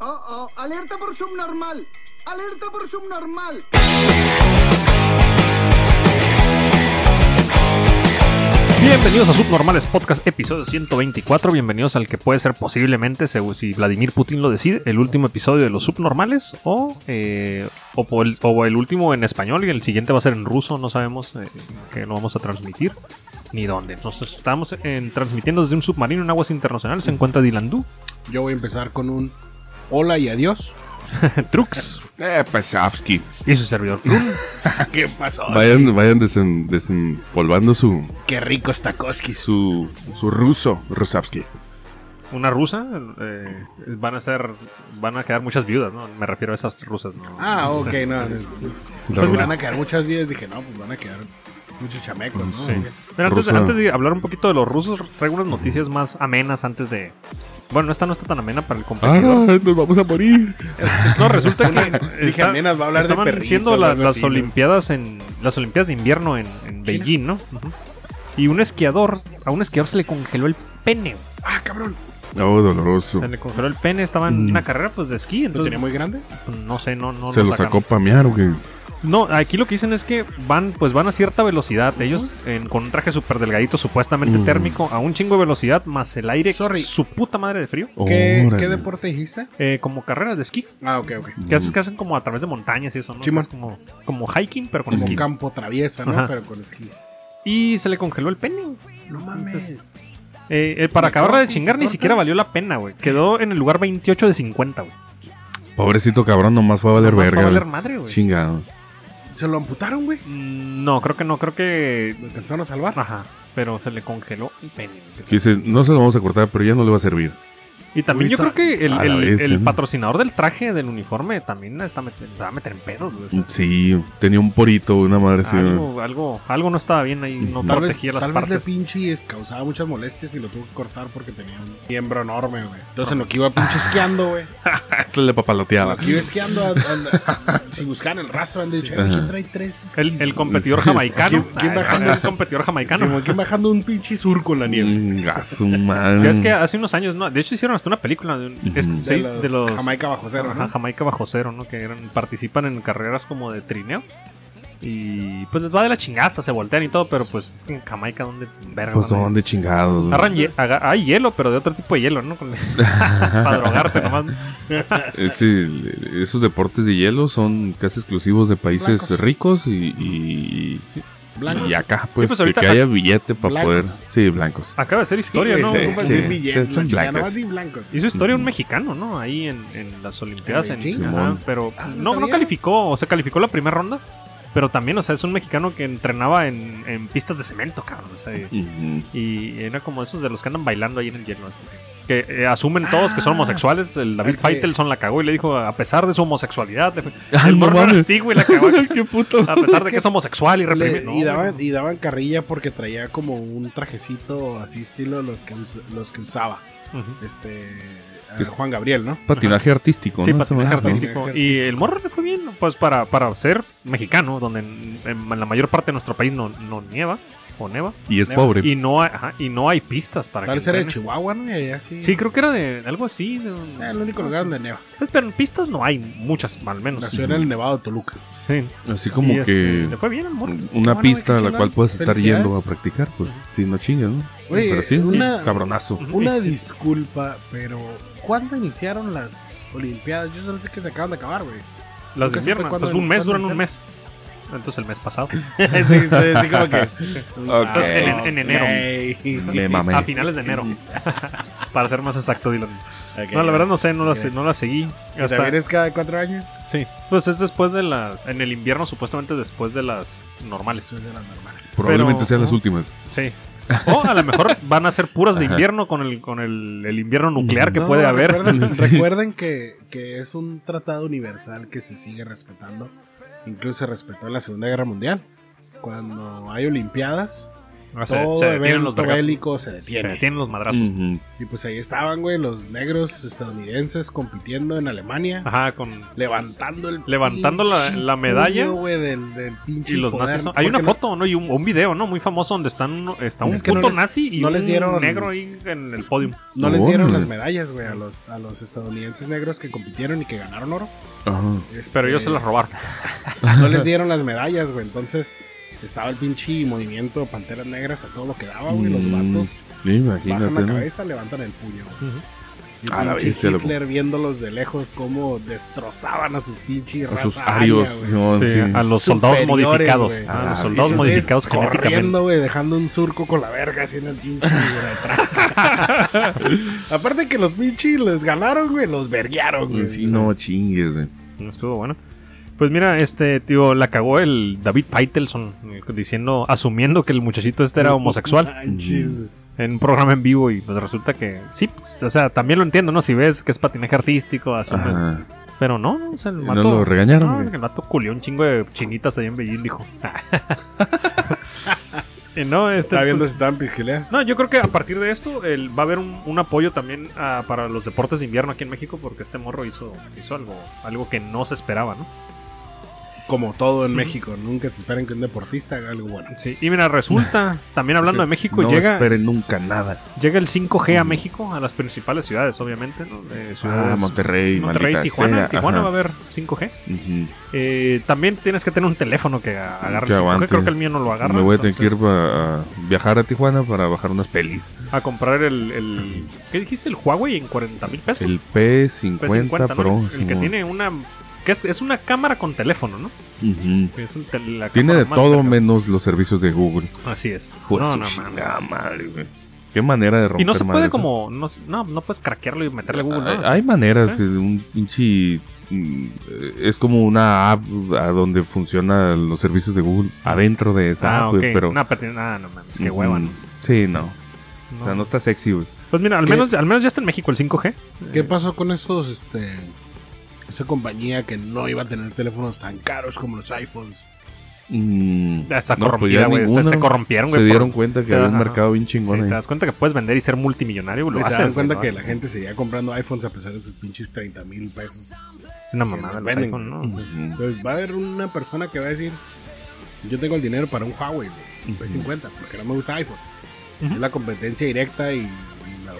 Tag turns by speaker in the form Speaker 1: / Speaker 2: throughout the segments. Speaker 1: Oh, Alerta por subnormal. Alerta por subnormal.
Speaker 2: Bienvenidos a Subnormales Podcast, episodio 124. Bienvenidos al que puede ser posiblemente, según si Vladimir Putin lo decide, el último episodio de los Subnormales o, eh, o, por el, o el último en español y el siguiente va a ser en ruso. No sabemos eh, qué lo vamos a transmitir ni dónde. Nos estamos eh, en- transmitiendo desde un submarino en aguas internacionales. Se encuentra Dilandú,
Speaker 3: Yo voy a empezar con un hola y adiós.
Speaker 2: Trux
Speaker 4: Eh, pues Apski.
Speaker 2: y su servidor. Krun.
Speaker 3: ¿Qué pasó?
Speaker 2: Ah,
Speaker 4: Vayan, vayan desen- desempolvando su,
Speaker 3: Qué rico está Koskis.
Speaker 4: su, su ruso, Rusapski.
Speaker 2: Una rusa, eh, van a ser, van a quedar muchas viudas, ¿no? Me refiero a esas rusas, ¿no?
Speaker 3: Ah, ok, no. no.
Speaker 4: La
Speaker 3: Pues
Speaker 4: rusa.
Speaker 3: van a quedar muchas días. Dije, no, pues van a quedar muchos chamecos, ¿no?
Speaker 2: Sí. Pero antes,
Speaker 4: Rusa.
Speaker 2: antes de hablar un poquito de los rusos, traigo unas noticias más amenas antes de. Bueno, esta no está tan amena para el
Speaker 4: Ah,
Speaker 2: competidor.
Speaker 4: nos vamos a morir.
Speaker 2: No, resulta que.
Speaker 3: Dije
Speaker 2: está-
Speaker 3: amenas, va a hablar de
Speaker 2: Estaban
Speaker 3: perritos,
Speaker 2: siendo la-
Speaker 3: algo
Speaker 2: las
Speaker 3: así, ¿no?
Speaker 2: Olimpiadas en. Las Olimpiadas de invierno en, en Beijing, ¿no? Ujú. Y un esquiador. A un esquiador se le congeló el pene.
Speaker 3: Ah, cabrón.
Speaker 4: Oh, doloroso.
Speaker 2: Se le congeló el pene. Estaba en
Speaker 4: Mm.
Speaker 2: una carrera pues de esquí.
Speaker 3: ¿Lo
Speaker 2: Entonces, pues,
Speaker 3: tenía muy grande?
Speaker 2: no sé, no, no
Speaker 4: ¿Se lo
Speaker 2: sacaron.
Speaker 4: sacó para mear o qué?
Speaker 2: No, aquí lo que dicen es que van, pues van a cierta velocidad. Ellos en- con un traje súper delgadito, supuestamente
Speaker 4: Mm.
Speaker 2: térmico, a un chingo de velocidad, más el aire,
Speaker 3: Sorry.
Speaker 2: su puta madre de frío.
Speaker 3: ¿Qué,
Speaker 4: Órale.
Speaker 3: qué deporte dijiste?
Speaker 2: Eh, como carreras de esquí,
Speaker 3: Ah, ok, ok.
Speaker 2: que,
Speaker 4: Mm.
Speaker 2: hacen, que hacen como a través de montañas y eso, ¿no?
Speaker 3: Simón.
Speaker 2: Es como, como hiking, pero con
Speaker 3: Como
Speaker 2: esquí.
Speaker 3: campo traviesa, ¿no?
Speaker 2: Ajá.
Speaker 3: Pero con esquís.
Speaker 2: Y se le congeló el pene.
Speaker 3: No mames.
Speaker 2: Eh, eh, para
Speaker 3: ¿Y
Speaker 2: acabarla de
Speaker 3: entonces,
Speaker 2: chingar,
Speaker 3: se
Speaker 2: ni
Speaker 3: corta?
Speaker 2: siquiera valió la pena, güey. Quedó en el lugar 28 de 50, güey.
Speaker 4: Pobrecito cabrón, nomás fue a valer
Speaker 2: Nomás fue a
Speaker 4: verga.
Speaker 2: valer
Speaker 4: güey.
Speaker 2: madre, güey.
Speaker 4: Chingado.
Speaker 3: ¿Se lo amputaron, güey?
Speaker 2: Mm, No, creo que no, creo que.
Speaker 3: ¿Lo alcanzaron a salvar?
Speaker 2: Ajá, pero se le congeló el pene. güey.
Speaker 4: Que dice, no se lo vamos a cortar, pero ya no le va a servir.
Speaker 2: Y también yo
Speaker 3: Uy,
Speaker 2: creo
Speaker 3: está-
Speaker 2: que el,
Speaker 4: a la
Speaker 2: el-
Speaker 4: bestia,
Speaker 2: el
Speaker 4: ¿no?
Speaker 2: patrocinador del traje, del uniforme, también está met- la va a meter en pedos. güey, o sea,
Speaker 4: Sí, tenía un porito, una madre así. güey.
Speaker 2: algo, algo, algo no estaba bien ahí, no
Speaker 3: Tal vez,
Speaker 2: protegía las
Speaker 3: tal vez le
Speaker 2: partes.
Speaker 3: pinche y es- causaba muchas molestias y lo tuvo que cortar porque tenía un miembro enorme, güey.
Speaker 2: Ah.
Speaker 3: Entonces, en lo que iba pinche esquiando, güey.
Speaker 4: Se le
Speaker 3: Como
Speaker 4: papaloteaba.
Speaker 3: Aquí ves que ando, ando- ando- si buscan el rastro, han dicho, "Eh,
Speaker 4: Ajá.
Speaker 3: ¿quién trae tres?
Speaker 2: el, el competidor
Speaker 4: Sí.
Speaker 2: jamaicano.
Speaker 3: ¿Quién- quién
Speaker 2: ah,
Speaker 3: bajando?
Speaker 2: el competidor jamaicano.
Speaker 3: Simón, ¿quién bajando un pinche surco en la
Speaker 4: Mm.
Speaker 3: nieve?
Speaker 4: Gaso, madre.
Speaker 2: Ya es que hace unos años, no, de hecho hicieron hasta una película de, un- es-
Speaker 4: Mm. Ujú.
Speaker 2: seis- de los
Speaker 3: Jamaica bajo cero,
Speaker 2: ajá,
Speaker 3: ¿no?
Speaker 2: Jamaica bajo cero, ¿no? Que eran, participan en carreras como de trineo. Y pues les va de la chingada, hasta se voltean y todo, pero pues es que en Jamaica donde verga.
Speaker 4: Pues
Speaker 2: van a ir?
Speaker 4: dónde chingados. güey?
Speaker 2: Agarran hie- aga- hay hielo, pero de otro tipo de hielo, ¿no? Para drogarse nomás.
Speaker 4: Ese- esos deportes de hielo son casi exclusivos de países
Speaker 3: Blancos.
Speaker 4: ricos y, y,
Speaker 3: Blancos.
Speaker 4: y acá, pues,
Speaker 2: pues,
Speaker 4: que-
Speaker 2: ahorita-
Speaker 4: que haya billete para
Speaker 3: Blancos.
Speaker 4: poder. Sí, blancos.
Speaker 2: Acaba de ser historia, ¿no?
Speaker 3: Sí,
Speaker 4: Sí,
Speaker 3: no,
Speaker 4: sí,
Speaker 3: decir
Speaker 4: sí,
Speaker 3: billetes,
Speaker 4: son
Speaker 3: la chingada,
Speaker 4: blancos.
Speaker 3: nomás di blancos.
Speaker 2: Hizo historia un mexicano, ¿no? Ahí en, en las Olimpiadas. En,
Speaker 3: Beijing?
Speaker 2: ajá,
Speaker 4: Simón.
Speaker 2: pero
Speaker 3: Ah, no
Speaker 2: no, no
Speaker 3: sabía.
Speaker 2: calificó, o sea, calificó la primera ronda. Pero también, o sea, es un mexicano que entrenaba en, en pistas de cemento, cabrón. o sea, y-
Speaker 4: Ujú.
Speaker 2: y era como esos de los que andan bailando ahí en el hielo. así que que, eh, asumen todos que son homosexuales. El David
Speaker 3: Ah. Ok.
Speaker 2: Faitelson la cagó y le dijo, a pesar de su homosexualidad. le fue-
Speaker 4: Ah,
Speaker 2: el
Speaker 4: no
Speaker 2: morro era
Speaker 4: mames.
Speaker 2: así, güey, la cagó.
Speaker 4: Qué puto.
Speaker 2: A pesar
Speaker 3: Es
Speaker 2: de
Speaker 3: que
Speaker 2: que es homosexual y
Speaker 3: Le-
Speaker 2: reprimido.
Speaker 3: y,
Speaker 2: No,
Speaker 3: daban,
Speaker 2: güey.
Speaker 3: y daban carrilla porque traía como un trajecito así estilo los que, us- los que usaba
Speaker 2: Ujú.
Speaker 3: este eh,
Speaker 4: Es-
Speaker 3: Juan Gabriel, ¿no?
Speaker 4: Patinaje artístico,
Speaker 2: Sí,
Speaker 4: ¿no?
Speaker 2: patinaje
Speaker 4: Esa madre, ¿no?
Speaker 2: artístico.
Speaker 3: Patinaje
Speaker 2: Y
Speaker 3: artístico.
Speaker 2: el morro le fue bien, pues para, para ser mexicano, donde en, en la mayor parte de nuestro país no, no nieva o neva.
Speaker 4: Y es
Speaker 3: Neva.
Speaker 4: pobre.
Speaker 2: Y no, hay, ajá, y no hay pistas para
Speaker 3: este, Tal
Speaker 2: que
Speaker 3: vez era de
Speaker 2: entrene.
Speaker 3: Chihuahua, ¿no? Y allá sí.
Speaker 2: Sí, creo que era de algo así. de un-
Speaker 3: Eh, el único lugar donde neva.
Speaker 2: Pues, pero en pistas no hay muchas, al menos.
Speaker 3: Nació en el Nevado de Toluca.
Speaker 2: Sí.
Speaker 4: Así
Speaker 2: Y,
Speaker 4: como
Speaker 2: este,
Speaker 4: que
Speaker 2: Le fue bien al morro.
Speaker 4: una
Speaker 3: Bueno,
Speaker 4: pista a
Speaker 3: qué
Speaker 4: la cual
Speaker 3: chingón.
Speaker 4: puedes estar yendo a
Speaker 3: Felicidades.
Speaker 4: practicar, pues sí, no chingas, ¿no?
Speaker 3: Oye,
Speaker 4: Pero sí,
Speaker 3: una-
Speaker 4: un cabronazo.
Speaker 3: Una disculpa, pero ¿cuándo iniciaron las Olimpiadas? Yo solo sé que se acaban de acabar, güey.
Speaker 2: Las
Speaker 3: Nunca
Speaker 2: de
Speaker 3: supe
Speaker 2: invierno,
Speaker 3: cuándo-
Speaker 2: pues un mes,
Speaker 3: cuándo
Speaker 2: duran un mes. Entonces el mes pasado.
Speaker 3: sí, sí, sí, como que.
Speaker 4: Entonces,
Speaker 2: en- en enero.
Speaker 3: enero.
Speaker 4: Me mamé.
Speaker 2: A finales de enero. para ser más exacto, Dylan.
Speaker 3: Ok,
Speaker 2: No, la verdad no sé, no la,
Speaker 3: gracias.
Speaker 2: no la seguí.
Speaker 3: ¿Y
Speaker 2: Hasta-
Speaker 3: Pues, también es cada cuatro años?
Speaker 2: Sí, pues es después de las. En el invierno, supuestamente después de las normales.
Speaker 3: Eso es de las normales.
Speaker 4: Probablemente
Speaker 2: pero-
Speaker 4: sean las últimas.
Speaker 2: Sí. O a lo mejor van a ser puras de
Speaker 4: Ajá.
Speaker 2: invierno con el, con el, el invierno nuclear que
Speaker 3: No,
Speaker 2: puede haber.
Speaker 3: Recuerden,
Speaker 4: Sí.
Speaker 3: recuerden que, que es un tratado universal que se sigue respetando. Incluso se respetó en la Segunda Guerra Mundial. Cuando hay Olimpiadas,
Speaker 2: O sea,
Speaker 3: Todo
Speaker 2: se detienen los
Speaker 3: evento
Speaker 2: vergazos.
Speaker 3: bélico se
Speaker 2: Se
Speaker 3: detiene.
Speaker 2: detienen los madrazos.
Speaker 4: Ujú.
Speaker 3: Y pues ahí estaban, güey, los negros estadounidenses compitiendo en Alemania.
Speaker 2: Ajá, con.
Speaker 3: Levantando el
Speaker 2: Levantando la-
Speaker 3: pinche
Speaker 2: la medalla.
Speaker 3: puño, güey, del, del pinche
Speaker 2: Y los
Speaker 3: poder.
Speaker 2: nazis son- Hay
Speaker 3: Porque
Speaker 2: una
Speaker 3: no-
Speaker 2: foto, ¿no? Y un, un video, ¿no? Muy famoso donde están, está un
Speaker 3: Es que no
Speaker 2: puto
Speaker 3: les-
Speaker 2: nazi y
Speaker 3: no
Speaker 2: un
Speaker 3: les dieron-
Speaker 2: negro ahí en el podio.
Speaker 3: No les dieron
Speaker 4: Órale.
Speaker 3: las medallas, güey, a los, a los estadounidenses negros que compitieron y que ganaron oro.
Speaker 4: Ajá.
Speaker 3: Este,
Speaker 2: Pero ellos se las robaron.
Speaker 3: No les dieron las medallas, güey. Entonces estaba el pinche movimiento Panteras Negras a todo lo que daba, güey. Los
Speaker 4: Mm,
Speaker 3: vatos
Speaker 4: sí, imagínate,
Speaker 3: bajan la
Speaker 4: ¿no?
Speaker 3: cabeza, levantan el puño, güey.
Speaker 2: Ujú.
Speaker 3: Y
Speaker 4: A la
Speaker 3: pinche
Speaker 4: bestia, loco.
Speaker 3: Hitler viéndolos de lejos cómo destrozaban a sus pinches
Speaker 4: A sus
Speaker 3: raza
Speaker 4: arios,
Speaker 3: aria, güey.
Speaker 4: Simón, sí.
Speaker 2: A los soldados
Speaker 3: Superiores,
Speaker 2: modificados.
Speaker 3: güey.
Speaker 2: Ah,
Speaker 4: Ah,
Speaker 2: los soldados
Speaker 3: Entonces,
Speaker 2: modificados genéticamente.
Speaker 3: Corriendo, güey, dejando un surco con la verga así en el pinche güey, atrás. Aparte que los pinches les ganaron, güey, los verguearon, güey.
Speaker 4: Sí, no chingues, güey.
Speaker 2: No Estuvo bueno. Pues mira, este tío la cagó el David Paitelson eh, diciendo, asumiendo que el muchachito este era homosexual
Speaker 3: Manches.
Speaker 2: en un programa en vivo y pues resulta que sí, pues, o sea, también lo entiendo, ¿no? Si ves que es patinaje artístico, asumes.
Speaker 4: Ajá.
Speaker 2: Pero no, no, o sea, el
Speaker 4: No
Speaker 2: vato.
Speaker 4: lo regañaron,
Speaker 2: no,
Speaker 4: güey.
Speaker 2: el vato culió un chingo de chinitas ahí en Beijing, dijo. y no, este.
Speaker 3: Estaba viendo
Speaker 2: pues,
Speaker 3: si estaban pisquilea.
Speaker 2: no, yo creo que a partir de esto el- va a haber un, un apoyo también ah, para los deportes de invierno aquí en México porque este morro hizo, hizo algo, algo que no se esperaba, ¿no?
Speaker 3: Como todo en México, nunca se esperen que un deportista haga algo bueno.
Speaker 2: Sí, y mira, resulta, también hablando de México,
Speaker 4: No
Speaker 2: llega,
Speaker 4: esperen nunca nada.
Speaker 2: llega el 5G a
Speaker 4: Ujú.
Speaker 2: México, a las principales ciudades, obviamente, ¿no? De ciudades-
Speaker 4: Ah, Monterrey,
Speaker 2: Monterrey,
Speaker 4: maldita
Speaker 2: Tijuana,
Speaker 4: sea.
Speaker 2: en Tijuana va
Speaker 4: Ajá.
Speaker 2: a haber 5G.
Speaker 4: Ujú.
Speaker 2: Eh, también tienes que tener un teléfono que a- agarre
Speaker 4: Que
Speaker 2: el 5G,
Speaker 4: aguante.
Speaker 2: creo que el mío no lo agarra.
Speaker 4: Me voy a tener que ir
Speaker 2: entonces,
Speaker 4: pa- a viajar a Tijuana para bajar unas pelis.
Speaker 2: a comprar el, el- ¿Qué dijiste? El Huawei en 40 mil pesos.
Speaker 4: El P50,
Speaker 2: P50, ¿no?
Speaker 4: Pro.
Speaker 2: El
Speaker 4: Simón.
Speaker 2: que tiene una... Que es, es una cámara con teléfono, ¿no?
Speaker 4: Ujú.
Speaker 2: Es un tel- la
Speaker 4: Tiene
Speaker 2: cámara
Speaker 4: de
Speaker 2: más
Speaker 4: todo
Speaker 2: verga.
Speaker 4: menos los servicios de Google.
Speaker 2: Así es.
Speaker 4: Pues
Speaker 2: No,
Speaker 4: su
Speaker 2: no, mames.
Speaker 4: chingada madre, güey. Qué manera de romper
Speaker 2: Y no se puede
Speaker 4: madres, ¿eh?
Speaker 2: como... No, se- no, no puedes craquearlo y meterle Google, ¿no?
Speaker 4: Hay,
Speaker 2: Así.
Speaker 4: hay maneras,
Speaker 2: Sí.
Speaker 4: eh, un pinche mm, eh, es como una app a donde funcionan los servicios de Google adentro de esa
Speaker 2: Ah,
Speaker 4: app,
Speaker 2: ok.
Speaker 4: güey, pero
Speaker 2: No, pero nada, no mames, qué hueva, ¿no?
Speaker 4: Mm, Sí, no.
Speaker 2: No.
Speaker 4: O sea, no está sexy, güey.
Speaker 2: Pues mira, al
Speaker 3: ¿Qué?
Speaker 2: menos, al menos ya está en México el 5G.
Speaker 3: ¿Qué pasó con esos, este... Esa compañía que no iba a tener teléfonos tan caros como los iPhones.
Speaker 4: Mm,
Speaker 2: Ya Está
Speaker 4: no, pues
Speaker 2: corrompida,
Speaker 4: ya
Speaker 2: güey. Se,
Speaker 4: ninguna.
Speaker 2: se corrompieron, güey.
Speaker 4: Se
Speaker 2: por-
Speaker 4: dieron cuenta que
Speaker 2: Ajá.
Speaker 4: había un mercado bien chingón
Speaker 2: Sí,
Speaker 4: ahí.
Speaker 2: te das cuenta que puedes vender y ser multimillonario, güey.
Speaker 3: Y
Speaker 2: Lo
Speaker 3: se dan
Speaker 2: haces, güey,
Speaker 3: cuenta
Speaker 2: lo
Speaker 3: que
Speaker 2: haces.
Speaker 3: la gente seguía comprando iPhones a pesar de sus pinches 30 mil pesos.
Speaker 2: Es una mamada los
Speaker 3: venden.
Speaker 2: iPhone, ¿no?
Speaker 4: Ujú.
Speaker 3: Pues va a haber una persona que va a decir, yo tengo el dinero para un Huawei, güey, P50, porque no me gusta iPhone.
Speaker 2: Ujú.
Speaker 3: Es la competencia directa y, y me lo, me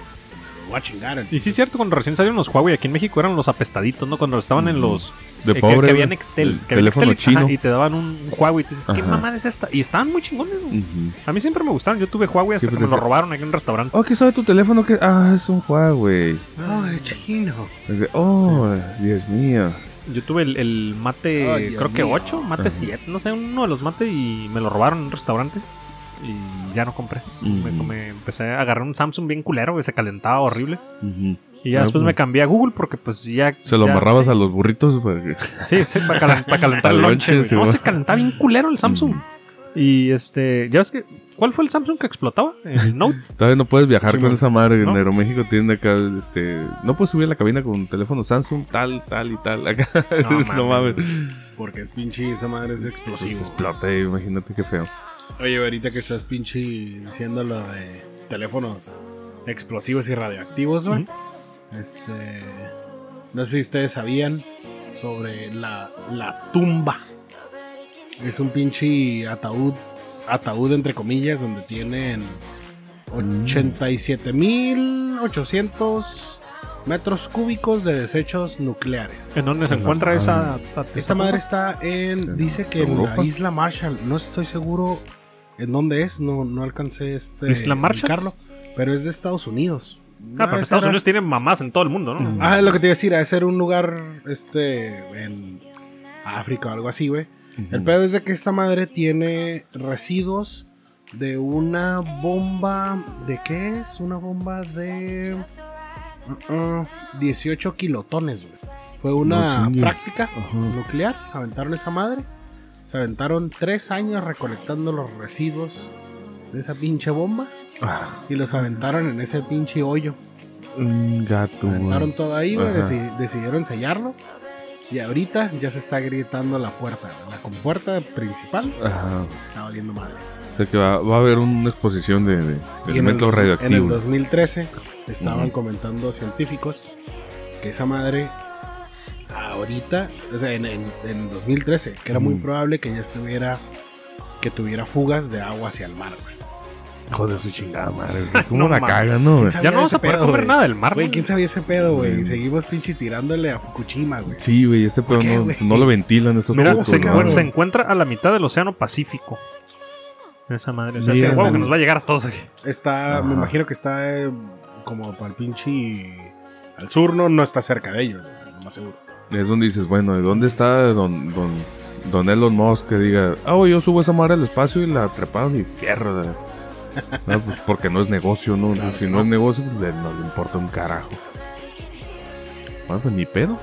Speaker 3: lo voy a chingar.
Speaker 2: Y sí
Speaker 3: entonces.
Speaker 2: es cierto, cuando recién salieron los Huawei aquí en México eran los apestaditos, ¿no? Cuando estaban en los...
Speaker 4: De
Speaker 2: eh, que-
Speaker 4: pobre.
Speaker 2: que, había
Speaker 4: güey.
Speaker 2: Nextel.
Speaker 4: El
Speaker 2: que había
Speaker 4: teléfono
Speaker 2: Nextel y- ajá,
Speaker 4: chino.
Speaker 2: y te daban un Huawei. Y te dices, ¿qué
Speaker 4: Ajá.
Speaker 2: mamada es esta? Y estaban muy chingones, güey.
Speaker 4: Ujú.
Speaker 2: A mí siempre me gustaron. Yo tuve Huawei hasta
Speaker 4: Siempre
Speaker 2: que me
Speaker 4: te
Speaker 2: lo
Speaker 4: sa-
Speaker 2: robaron aquí en un restaurante.
Speaker 4: Oh, ¿qué sabe tu teléfono? que Ah, es un Huawei.
Speaker 3: Oh, es chino.
Speaker 4: Dice, Oh, Dios mío.
Speaker 2: Yo tuve el, el mate,
Speaker 3: Ay, Dios
Speaker 2: creo que
Speaker 3: mío.
Speaker 2: 8, mate
Speaker 4: Ajá.
Speaker 2: 7, no sé, uno de los mate y me lo robaron en un restaurante. Y ya no compré. Me,
Speaker 4: Ujú.
Speaker 2: me empecé a agarrar un Samsung bien culero que se calentaba horrible.
Speaker 4: Ujú.
Speaker 2: Y ya
Speaker 4: Ah,
Speaker 2: después
Speaker 4: pues.
Speaker 2: me cambié a Google porque pues ya...
Speaker 4: Se lo
Speaker 2: ya-
Speaker 4: amarrabas
Speaker 2: sí,
Speaker 4: a los burritos. para que-
Speaker 2: Sí, sí, para, calen- para calentar
Speaker 4: Al
Speaker 2: el
Speaker 4: lonche,
Speaker 2: lonche. güey.
Speaker 4: sí, Mm.
Speaker 2: No,
Speaker 4: va.
Speaker 2: se calentaba bien culero el Samsung. Y este, ya ves que... ¿Cuál fue el Samsung que explotaba? El Note.
Speaker 4: Todavía no puedes viajar
Speaker 2: Sí,
Speaker 4: con
Speaker 2: man.
Speaker 4: esa madre.
Speaker 2: ¿No?
Speaker 4: En Aeroméxico tiene acá, este... No puedes subir a la cabina con un teléfono Samsung, tal, tal y tal. Acá
Speaker 2: No
Speaker 4: es lo
Speaker 2: mames.
Speaker 4: mames.
Speaker 3: Porque es pinche, esa madre es
Speaker 4: Pues se
Speaker 3: explosivo.
Speaker 4: explota, eh, imagínate qué feo.
Speaker 3: Oye, ahorita que estás pinche diciendo lo de teléfonos explosivos y radioactivos, güey. Este. No sé si ustedes sabían sobre la, la tumba. Es un pinche ataúd, ataúd entre comillas, donde tienen 87.800 metros cúbicos de desechos nucleares.
Speaker 2: ¿En dónde se encuentra esa...
Speaker 3: Esta madre está en.
Speaker 4: ¿En
Speaker 3: Dice que en
Speaker 4: Europa?
Speaker 3: la isla Marshall. No estoy seguro en dónde es. No, no alcancé este.
Speaker 2: ¿Isla Marshall?
Speaker 3: ubicarlo, pero es de Estados Unidos.
Speaker 2: Ah, pero
Speaker 3: Ese
Speaker 2: Estados
Speaker 3: era-
Speaker 2: Unidos tiene mamás en todo el mundo, ¿no?
Speaker 3: Ah, es lo que te iba a decir. Debe ser un lugar. Este. En África o algo así, güey. El pedo es de que esta madre tiene residuos de una bomba. ¿De qué es? Una bomba de. uh, uh, 18 kilotones, güey. Fue una
Speaker 4: No chingue.
Speaker 3: práctica
Speaker 4: Ajá.
Speaker 3: nuclear. Aventaron esa madre. Se aventaron tres años recolectando los residuos de esa pinche bomba.
Speaker 4: Ah,
Speaker 3: Y los aventaron en ese pinche hoyo.
Speaker 4: un gato, güey.
Speaker 3: Aventaron todo ahí, güey.
Speaker 4: Ajá.
Speaker 3: deci- decidieron sellarlo. Y ahorita ya se está gritando la puerta. La compuerta principal
Speaker 4: Ajá.
Speaker 3: está valiendo madre.
Speaker 4: O sea que va, va a haber una exposición de, de- de
Speaker 3: Y en el,
Speaker 4: elementos
Speaker 3: en el
Speaker 4: radioactivos.
Speaker 3: 2013 estaban
Speaker 4: Ujú.
Speaker 3: comentando científicos que esa madre ahorita, o sea, en, en, en 2013, que era muy
Speaker 4: Mm.
Speaker 3: probable que ya estuviera, que tuviera fugas de agua hacia el mar, güey.
Speaker 4: Hijos de su chingada madre. güey,
Speaker 2: No
Speaker 4: ¿Cómo la
Speaker 2: mames.
Speaker 4: cagan, no?
Speaker 3: ¿Quién
Speaker 2: Ya
Speaker 3: sabe?
Speaker 4: güey?
Speaker 3: Sabía
Speaker 2: no vamos
Speaker 3: ese
Speaker 2: a poder
Speaker 3: pedo,
Speaker 2: comer
Speaker 3: güey.
Speaker 2: nada del mar.
Speaker 3: Güey, ¿quién sabía ese pedo, güey?
Speaker 4: Mm.
Speaker 3: Y seguimos pinche tirándole a Fukushima, güey.
Speaker 4: Sí, güey, este pedo
Speaker 3: ¿Por qué,
Speaker 4: no,
Speaker 3: güey?
Speaker 4: no lo ventilan estos
Speaker 2: Mira,
Speaker 4: putos,
Speaker 2: se,
Speaker 4: ¿no?
Speaker 2: encuentra, se encuentra a la mitad del Océano Pacífico. Esa madre. O sea,
Speaker 4: Mira.
Speaker 2: ese huevo que nos va a llegar a todos eh, aquí.
Speaker 3: Está,
Speaker 4: Ajá.
Speaker 3: me imagino que está eh, como para el pinche al sur, no, no está cerca de ellos, güey, lo más seguro.
Speaker 4: Es donde dices, bueno, ¿de dónde está don, don, don Elon Musk que diga, ah, güey, yo subo esa madre al espacio y la treparon y fierro? de-". No, pues, porque no es negocio, ¿no? Entonces, si no, es negocio, pues le- no le importa un carajo. Bueno, pues ni pedo.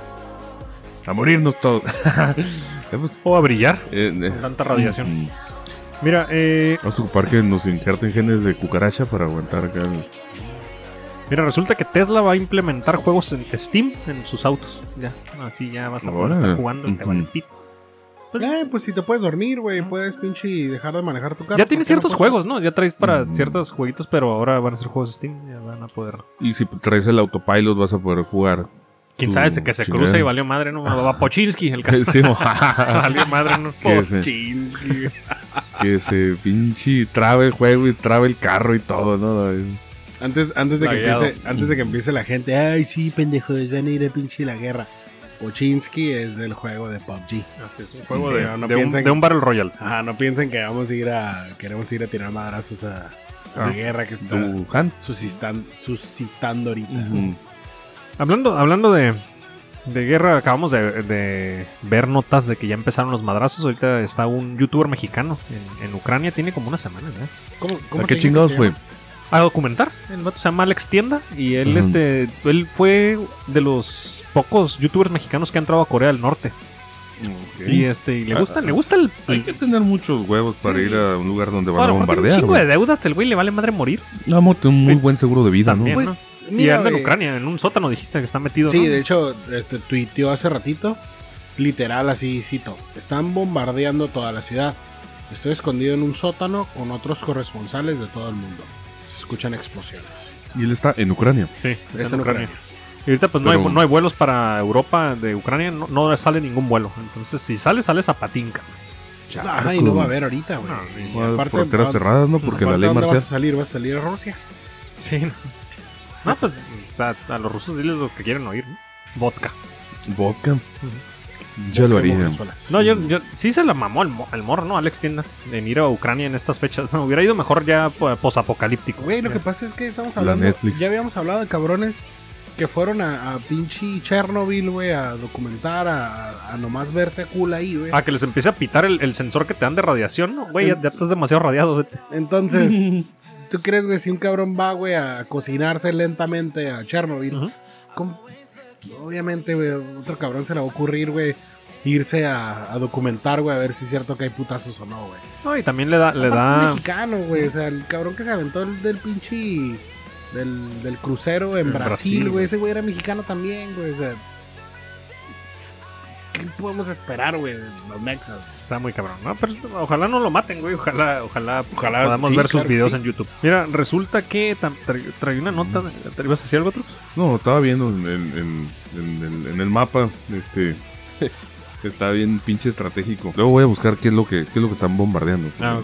Speaker 4: A morirnos todos. Eh, pues,
Speaker 2: O a brillar
Speaker 4: eh, eh,
Speaker 2: con tanta radiación.
Speaker 4: mm,
Speaker 2: Mira, eh,
Speaker 4: Vamos a ocupar que nos injerten genes de cucaracha para aguantar acá. el-
Speaker 2: mira, resulta que Tesla va a implementar juegos en Steam en sus autos. Ya, así ya vas a poder
Speaker 4: Órale.
Speaker 2: estar jugando y te
Speaker 4: Ujú.
Speaker 2: vale pito.
Speaker 3: Eh, pues si te puedes dormir, güey, puedes pinche dejar de manejar tu
Speaker 2: Ya
Speaker 3: carro. ¿por qué no
Speaker 2: tiene ciertos
Speaker 3: puedes-
Speaker 2: juegos, ¿no? Ya traes para
Speaker 4: Mm.
Speaker 2: ciertos jueguitos, pero ahora van a ser juegos Steam. Ya van a poder.
Speaker 4: Y si traes el autopilot vas a poder jugar.
Speaker 2: Quién
Speaker 4: Tu
Speaker 2: sabe, se- que se
Speaker 4: chingada.
Speaker 2: cruza y valió madre, ¿no? Va Pochinsky, el caso.
Speaker 4: Sí,
Speaker 2: valió madre, ¿no?
Speaker 4: que se-
Speaker 3: Chinsky, güey.
Speaker 4: que se pinche trabe el juego y trabe el carro y todo, ¿no?
Speaker 3: Antes, antes, de que
Speaker 2: Lagueado.
Speaker 3: empiece, antes de que empiece la gente, ay, sí, pendejos, van a ir a pinche la guerra. Pochinsky es del juego de PUBG.
Speaker 2: Así es, un juego
Speaker 3: Sí,
Speaker 2: de,
Speaker 3: no, no
Speaker 2: de un,
Speaker 3: piensen-
Speaker 2: de un Battle Royale.
Speaker 3: Ajá, no piensen que vamos a ir a. Queremos ir a tirar madrazos a, a la
Speaker 4: Ah,
Speaker 3: guerra que se está
Speaker 4: Tu Han.
Speaker 3: suscitan- suscitando ahorita.
Speaker 4: Mm,
Speaker 2: Hablando, hablando de, de guerra, acabamos de, de ver notas de que ya empezaron los madrazos. Ahorita está un youtuber mexicano en, en Ucrania, tiene como una semana ya.
Speaker 3: ¿Cómo,
Speaker 4: ¿A
Speaker 3: cómo te
Speaker 4: qué
Speaker 3: dije
Speaker 4: chingados
Speaker 3: que se
Speaker 4: fue?
Speaker 3: llama?
Speaker 2: A documentar, el vato se llama Alex Tienda y él,
Speaker 4: Ujú.
Speaker 2: este, él fue de los pocos youtubers mexicanos que han entrado a Corea del Norte. Y este, y le
Speaker 4: Ah,
Speaker 2: gusta,
Speaker 4: ah,
Speaker 2: le gusta el,
Speaker 4: Hay que tener muchos huevos para
Speaker 2: Sí.
Speaker 4: ir a un lugar donde van
Speaker 2: Bueno, aparte tiene
Speaker 4: a
Speaker 2: un
Speaker 4: bombardear.
Speaker 2: chingo
Speaker 4: güey.
Speaker 2: de deudas, el güey le vale madre morir.
Speaker 4: Vamos, tiene un muy
Speaker 2: Sí.
Speaker 4: buen seguro de vida,
Speaker 2: También.
Speaker 4: ¿no?
Speaker 3: Pues,
Speaker 2: y
Speaker 3: mira,
Speaker 2: anda en
Speaker 3: güey,
Speaker 2: Ucrania, en un sótano dijiste que está metido.
Speaker 3: Sí,
Speaker 2: ¿no?
Speaker 3: de hecho, este, tuiteó hace ratito, literal así, cito, están bombardeando toda la ciudad. Estoy escondido en un sótano con otros corresponsales de todo el mundo. Se escuchan explosiones.
Speaker 4: Y él está en Ucrania.
Speaker 2: Sí, está
Speaker 3: Es
Speaker 2: en
Speaker 3: en
Speaker 2: Ucrania.
Speaker 3: Ucrania.
Speaker 2: Y ahorita pues no,
Speaker 4: Pero-
Speaker 2: hay, no hay vuelos para Europa de Ucrania, no, no sale ningún vuelo. Entonces si sale, sale Zapatinka.
Speaker 3: Ajá, y no va a haber ahorita, güey.
Speaker 2: No, y
Speaker 3: Y
Speaker 4: Ah,
Speaker 3: aparte,
Speaker 4: Fronteras
Speaker 3: ¿a-
Speaker 4: cerradas, ¿no? Porque la
Speaker 3: aparte,
Speaker 4: ley
Speaker 3: ¿dónde vas a
Speaker 4: marcial.
Speaker 3: salir? ¿Vas a salir a Rusia?
Speaker 2: Sí. No, No, pues o sea, a los rusos diles lo que quieren oír. ¿no? Vodka.
Speaker 4: Vodka. Yo lo haría.
Speaker 2: No, yo, yo sí se la mamó el, mo- el morro, ¿no? Alex Tienda, en ir a Ucrania en estas fechas. No, hubiera ido mejor ya po- posapocalíptico.
Speaker 3: Güey, lo que pasa es que estamos
Speaker 4: La
Speaker 3: hablando.
Speaker 4: Netflix.
Speaker 3: Ya habíamos hablado de cabrones que fueron a, a pinche Chernobyl, güey, a documentar, a, a nomás verse cool ahí, güey.
Speaker 2: A que les empiece a pitar el, el sensor que te dan de radiación, ¿no? Güey, ya, ya estás demasiado radiado. vete.
Speaker 3: Entonces, ¿tú crees, güey, si un cabrón va, güey, a cocinarse lentamente a Chernobyl?
Speaker 2: Ujú.
Speaker 3: ¿cómo? Obviamente, güey, otro cabrón se le va a ocurrir, güey, irse a, a documentar, güey, a ver si es cierto que hay putazos o no, güey.
Speaker 2: No, y también le da. Le
Speaker 3: Aparte
Speaker 2: da
Speaker 3: Es mexicano, güey. O sea, el cabrón que se aventó el, del pinche. Del, del crucero en,
Speaker 2: En Brasil,
Speaker 3: Brasil,
Speaker 2: güey.
Speaker 3: güey. Ese güey era mexicano también, güey. O sea. ¿Qué podemos esperar, güey? de Los mexas.
Speaker 2: Está muy cabrón, ¿no? Pero ojalá no lo maten, güey. Ojalá, ojalá,
Speaker 3: Ojalá,
Speaker 2: podamos
Speaker 3: sí,
Speaker 2: ver sus
Speaker 3: claro que
Speaker 2: videos
Speaker 3: sí.
Speaker 2: en YouTube. Mira, resulta que tam- tra- traí una
Speaker 4: Mm.
Speaker 2: nota. de- ¿Te ibas a decir algo, Trux?
Speaker 4: No, estaba viendo en, en- en- en el, en el mapa, este, está bien pinche estratégico. Luego voy a buscar qué es lo que, qué es lo que están bombardeando.
Speaker 2: Ah.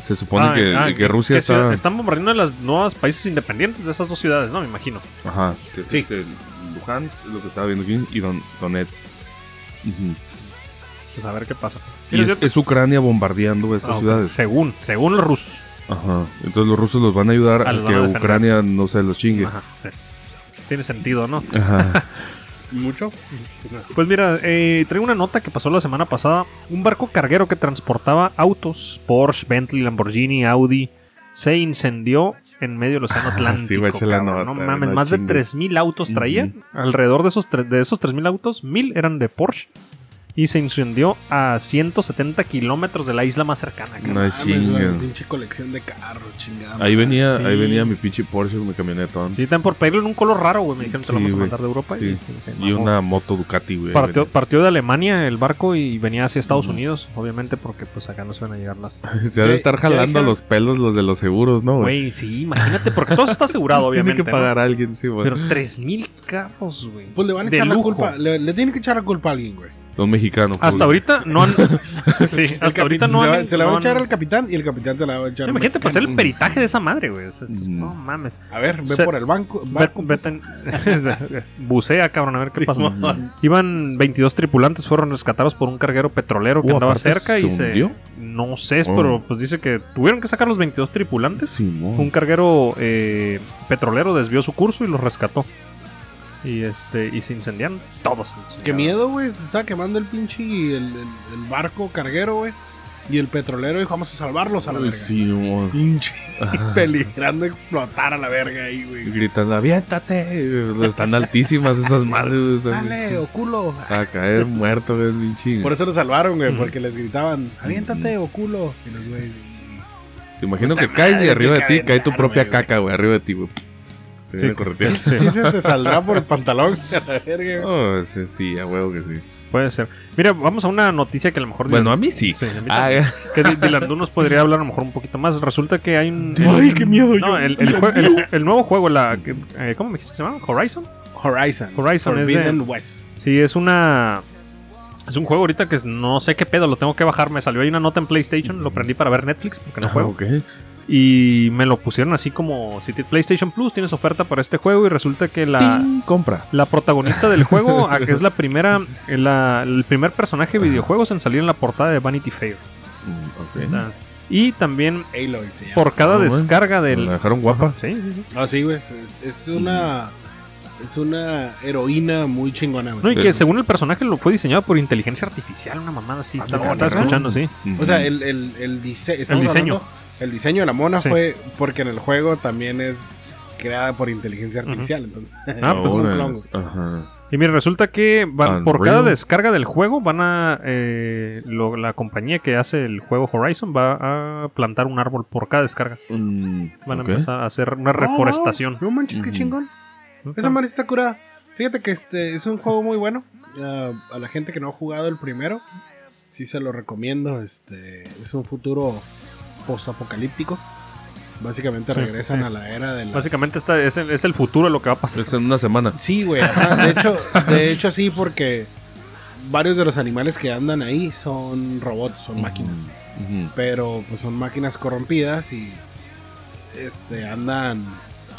Speaker 4: Se supone
Speaker 2: Ah,
Speaker 4: que,
Speaker 2: ah,
Speaker 4: que Rusia
Speaker 2: ¿qué
Speaker 4: está,
Speaker 2: ciudad- Están bombardeando a las nuevas países independientes de esas dos ciudades, ¿no? Me imagino.
Speaker 4: ajá, que es
Speaker 3: Sí.
Speaker 4: este, Luján, es lo que estaba viendo aquí, y Don, Donetsk. Ujú.
Speaker 2: Pues a ver qué pasa.
Speaker 4: Y es, es Ucrania bombardeando esas
Speaker 2: Ah, ok.
Speaker 4: ciudades.
Speaker 2: Según, según los rusos.
Speaker 4: Ajá. Entonces los rusos los van a ayudar
Speaker 2: Ah, los
Speaker 4: a
Speaker 2: van
Speaker 4: que
Speaker 2: a defender.
Speaker 4: Ucrania no se los chingue.
Speaker 2: Ajá. sí. Tiene sentido, ¿no?
Speaker 4: Ajá.
Speaker 3: ¿Mucho?
Speaker 2: Pues mira, eh, traigo una nota que pasó la semana pasada. Un barco carguero que transportaba autos, Porsche, Bentley, Lamborghini, Audi, se incendió en medio del Océano
Speaker 4: Ah,
Speaker 2: Atlántico.
Speaker 4: sí, güey, echa la
Speaker 2: cabrón.
Speaker 4: nota,
Speaker 2: no
Speaker 4: güey,
Speaker 2: mames,
Speaker 4: no
Speaker 2: más de
Speaker 4: chingues.
Speaker 2: 3.000 autos traía. Alrededor de esos, tre- de esos 3.000 autos, 1.000 eran de Porsche y se incendió a 170 kilómetros de la isla más cercana. cabrón.
Speaker 4: No es
Speaker 3: Mames, güey,
Speaker 4: chinga.
Speaker 3: pinche colección de carros, chingada.
Speaker 4: Pues Ahí venía, ahí
Speaker 2: Sí.
Speaker 4: venía mi pinche Porsche con mi camionetón.
Speaker 2: Sí, también por pedirlo en un color raro, güey. Me dijeron, te lo
Speaker 4: Sí,
Speaker 2: vamos a
Speaker 4: güey.
Speaker 2: mandar de Europa.
Speaker 4: Sí.
Speaker 2: Y, sí, dije,
Speaker 4: Y
Speaker 2: "Mamón".
Speaker 4: una moto Ducati, güey.
Speaker 2: partió,
Speaker 4: venía.
Speaker 2: partió de Alemania el barco y venía hacia Estados
Speaker 4: Ujú.
Speaker 2: Unidos, obviamente, porque pues acá no se van a llegar las...
Speaker 4: Se ha de
Speaker 3: Ya-
Speaker 4: estar
Speaker 3: ya
Speaker 4: jalando
Speaker 3: dijeron-
Speaker 4: los pelos los de los seguros, ¿no, güey?
Speaker 2: Güey, sí, imagínate, porque todo está asegurado, obviamente.
Speaker 4: Tiene que
Speaker 2: ¿no?
Speaker 4: pagar a alguien, sí, güey.
Speaker 2: Pero 3000 carros, güey.
Speaker 3: Pues le van a
Speaker 2: de
Speaker 3: echar la
Speaker 2: lujo.
Speaker 3: culpa. Le, le tienen que echar la culpa a alguien, güey.
Speaker 4: Los mexicanos.
Speaker 2: Hasta
Speaker 4: güey.
Speaker 2: ahorita no han. Sí,
Speaker 3: El
Speaker 2: hasta ahorita
Speaker 3: capitán
Speaker 2: no
Speaker 3: se la-
Speaker 2: han.
Speaker 3: Se la
Speaker 2: no
Speaker 3: van a echar
Speaker 2: han-
Speaker 3: al Mm. capitán y el capitán se la va a echar al
Speaker 2: Imagínate pasar el
Speaker 3: mexicano.
Speaker 2: peritaje de esa madre, güey. O sea,
Speaker 4: Mm.
Speaker 2: No mames.
Speaker 3: A ver, ve
Speaker 2: Se-
Speaker 3: por el banco.
Speaker 2: Ve-
Speaker 3: barco.
Speaker 2: vete en- Bucea, cabrón, a ver qué
Speaker 3: Sí.
Speaker 2: pasó.
Speaker 4: Ujú.
Speaker 2: Iban 22 tripulantes, fueron rescatados por un carguero petrolero que
Speaker 4: Uh,
Speaker 2: andaba
Speaker 4: aparte,
Speaker 2: cerca y
Speaker 4: ¿se
Speaker 2: se.
Speaker 4: hundió?
Speaker 2: No sé,
Speaker 4: Oh.
Speaker 2: pero pues dice que tuvieron que sacar los 22 tripulantes.
Speaker 4: Simón.
Speaker 2: Un carguero eh, petrolero desvió su curso y los rescató. Y este y se incendiaron todos.
Speaker 3: Qué miedo, güey. Se está quemando el pinche el, el, el barco carguero, güey. Y el petrolero dijo, vamos a salvarlos a la
Speaker 4: Ay,
Speaker 3: verga.
Speaker 4: Simón.
Speaker 3: Pinche.
Speaker 4: Ah.
Speaker 3: Peligrando explotar a la verga ahí, güey.
Speaker 4: Gritando, aviéntate. Están altísimas esas madres. güey, están
Speaker 3: Dale,
Speaker 4: bien
Speaker 3: o culo.
Speaker 4: ching- A caer muerto, güey, bien chingo.
Speaker 3: Por eso lo salvaron, güey.
Speaker 2: Mm.
Speaker 3: Porque les gritaban, aviéntate, o culo. Y los güeyes. y-
Speaker 4: Te imagino
Speaker 3: Puta
Speaker 4: que caes y
Speaker 3: madre,
Speaker 4: arriba de
Speaker 3: te
Speaker 4: ti cae tu
Speaker 3: calentar,
Speaker 4: propia
Speaker 3: güey,
Speaker 4: caca, güey. Arriba de ti, güey. Te
Speaker 2: Sí,
Speaker 4: viene
Speaker 2: pues,
Speaker 4: correteando.
Speaker 2: sí,
Speaker 3: Sí se te saldrá por el pantalón. a la verga, güey.
Speaker 4: Oh, sí, sí, a huevo que sí.
Speaker 2: Puede ser. Mira, vamos a una noticia que a lo mejor.
Speaker 4: Bueno, a mí sí.
Speaker 2: Sí, a mí
Speaker 4: Ah,
Speaker 2: también. Que Di- Dylan Du nos podría hablar a lo mejor un poquito más. Resulta que hay un.
Speaker 3: Ay, qué miedo,
Speaker 2: No,
Speaker 3: yo-
Speaker 2: el, el jue- el- el nuevo juego, la. eh, ¿Cómo me dijiste que se llama? ¿Horizon?
Speaker 3: Horizon.
Speaker 2: Horizon es de-
Speaker 3: Forbidden West.
Speaker 2: Sí, es una. Es un juego ahorita que es- no sé qué pedo, lo tengo que bajar. Me salió ahí una nota en PlayStation, lo prendí para ver Netflix porque no
Speaker 4: Ah,
Speaker 2: juego.
Speaker 4: ok.
Speaker 2: Y me lo pusieron así como: si te- PlayStation Plus tienes oferta para este juego y resulta que la.
Speaker 4: Ting, compra.
Speaker 2: La protagonista del juego, a que es la primera, la- el primer personaje de videojuegos en salir en la portada de Vanity Fair.
Speaker 4: Mm, ok.
Speaker 2: Ah. Y también
Speaker 3: Aloy se llama.
Speaker 2: por cada
Speaker 4: Ah, bueno.
Speaker 2: descarga
Speaker 4: ¿La
Speaker 2: del.
Speaker 4: dejaron guapa?
Speaker 2: Sí, sí, sí.
Speaker 3: No, sí, güey. Es, es- es una. Es una heroína muy chingona, güey.
Speaker 2: No, y
Speaker 4: Sí.
Speaker 2: que según el personaje lo fue diseñado por inteligencia artificial, una mamada así.
Speaker 4: Ah,
Speaker 2: Estaba,
Speaker 3: no,
Speaker 2: estaba
Speaker 3: ¿neta?
Speaker 2: escuchando, sí.
Speaker 4: Mm.
Speaker 3: O sea, el, el, el, dise- estamos
Speaker 2: diseño.
Speaker 3: hablando- el diseño de la mona
Speaker 2: Sí.
Speaker 3: fue porque en el juego también es creada por inteligencia artificial, entonces.
Speaker 2: Ah, pues,
Speaker 3: es como un clon,
Speaker 4: Ahora es- Ajá.
Speaker 2: Y mira, resulta que van-
Speaker 4: Unreal.
Speaker 2: por cada descarga del juego van a. eh, lo- la compañía que hace el juego Horizon va a plantar un árbol por cada descarga.
Speaker 4: Mm,
Speaker 2: Van
Speaker 4: ok.
Speaker 2: a empezar a hacer una
Speaker 3: Oh, wow.
Speaker 2: reforestación.
Speaker 3: No manches, qué
Speaker 4: Ujú.
Speaker 3: chingón. Esa madre sí está curada. Fíjate que este es un juego muy bueno. Ah, a la gente que no ha jugado el primero, sí se lo recomiendo. Este es un futuro postapocalíptico. Básicamente
Speaker 2: Sí,
Speaker 3: regresan
Speaker 2: sí.
Speaker 3: a la era de las...
Speaker 2: Básicamente está, es, el, es el futuro lo que va a
Speaker 3: Pues,
Speaker 2: pasar.
Speaker 4: Es en una semana.
Speaker 3: Sí, güey. ajá. De hecho, de hecho sí, porque varios de los animales que andan ahí son robots, son
Speaker 2: Mm.
Speaker 3: máquinas.
Speaker 4: Ujú.
Speaker 3: Pero pues son máquinas corrompidas y este andan.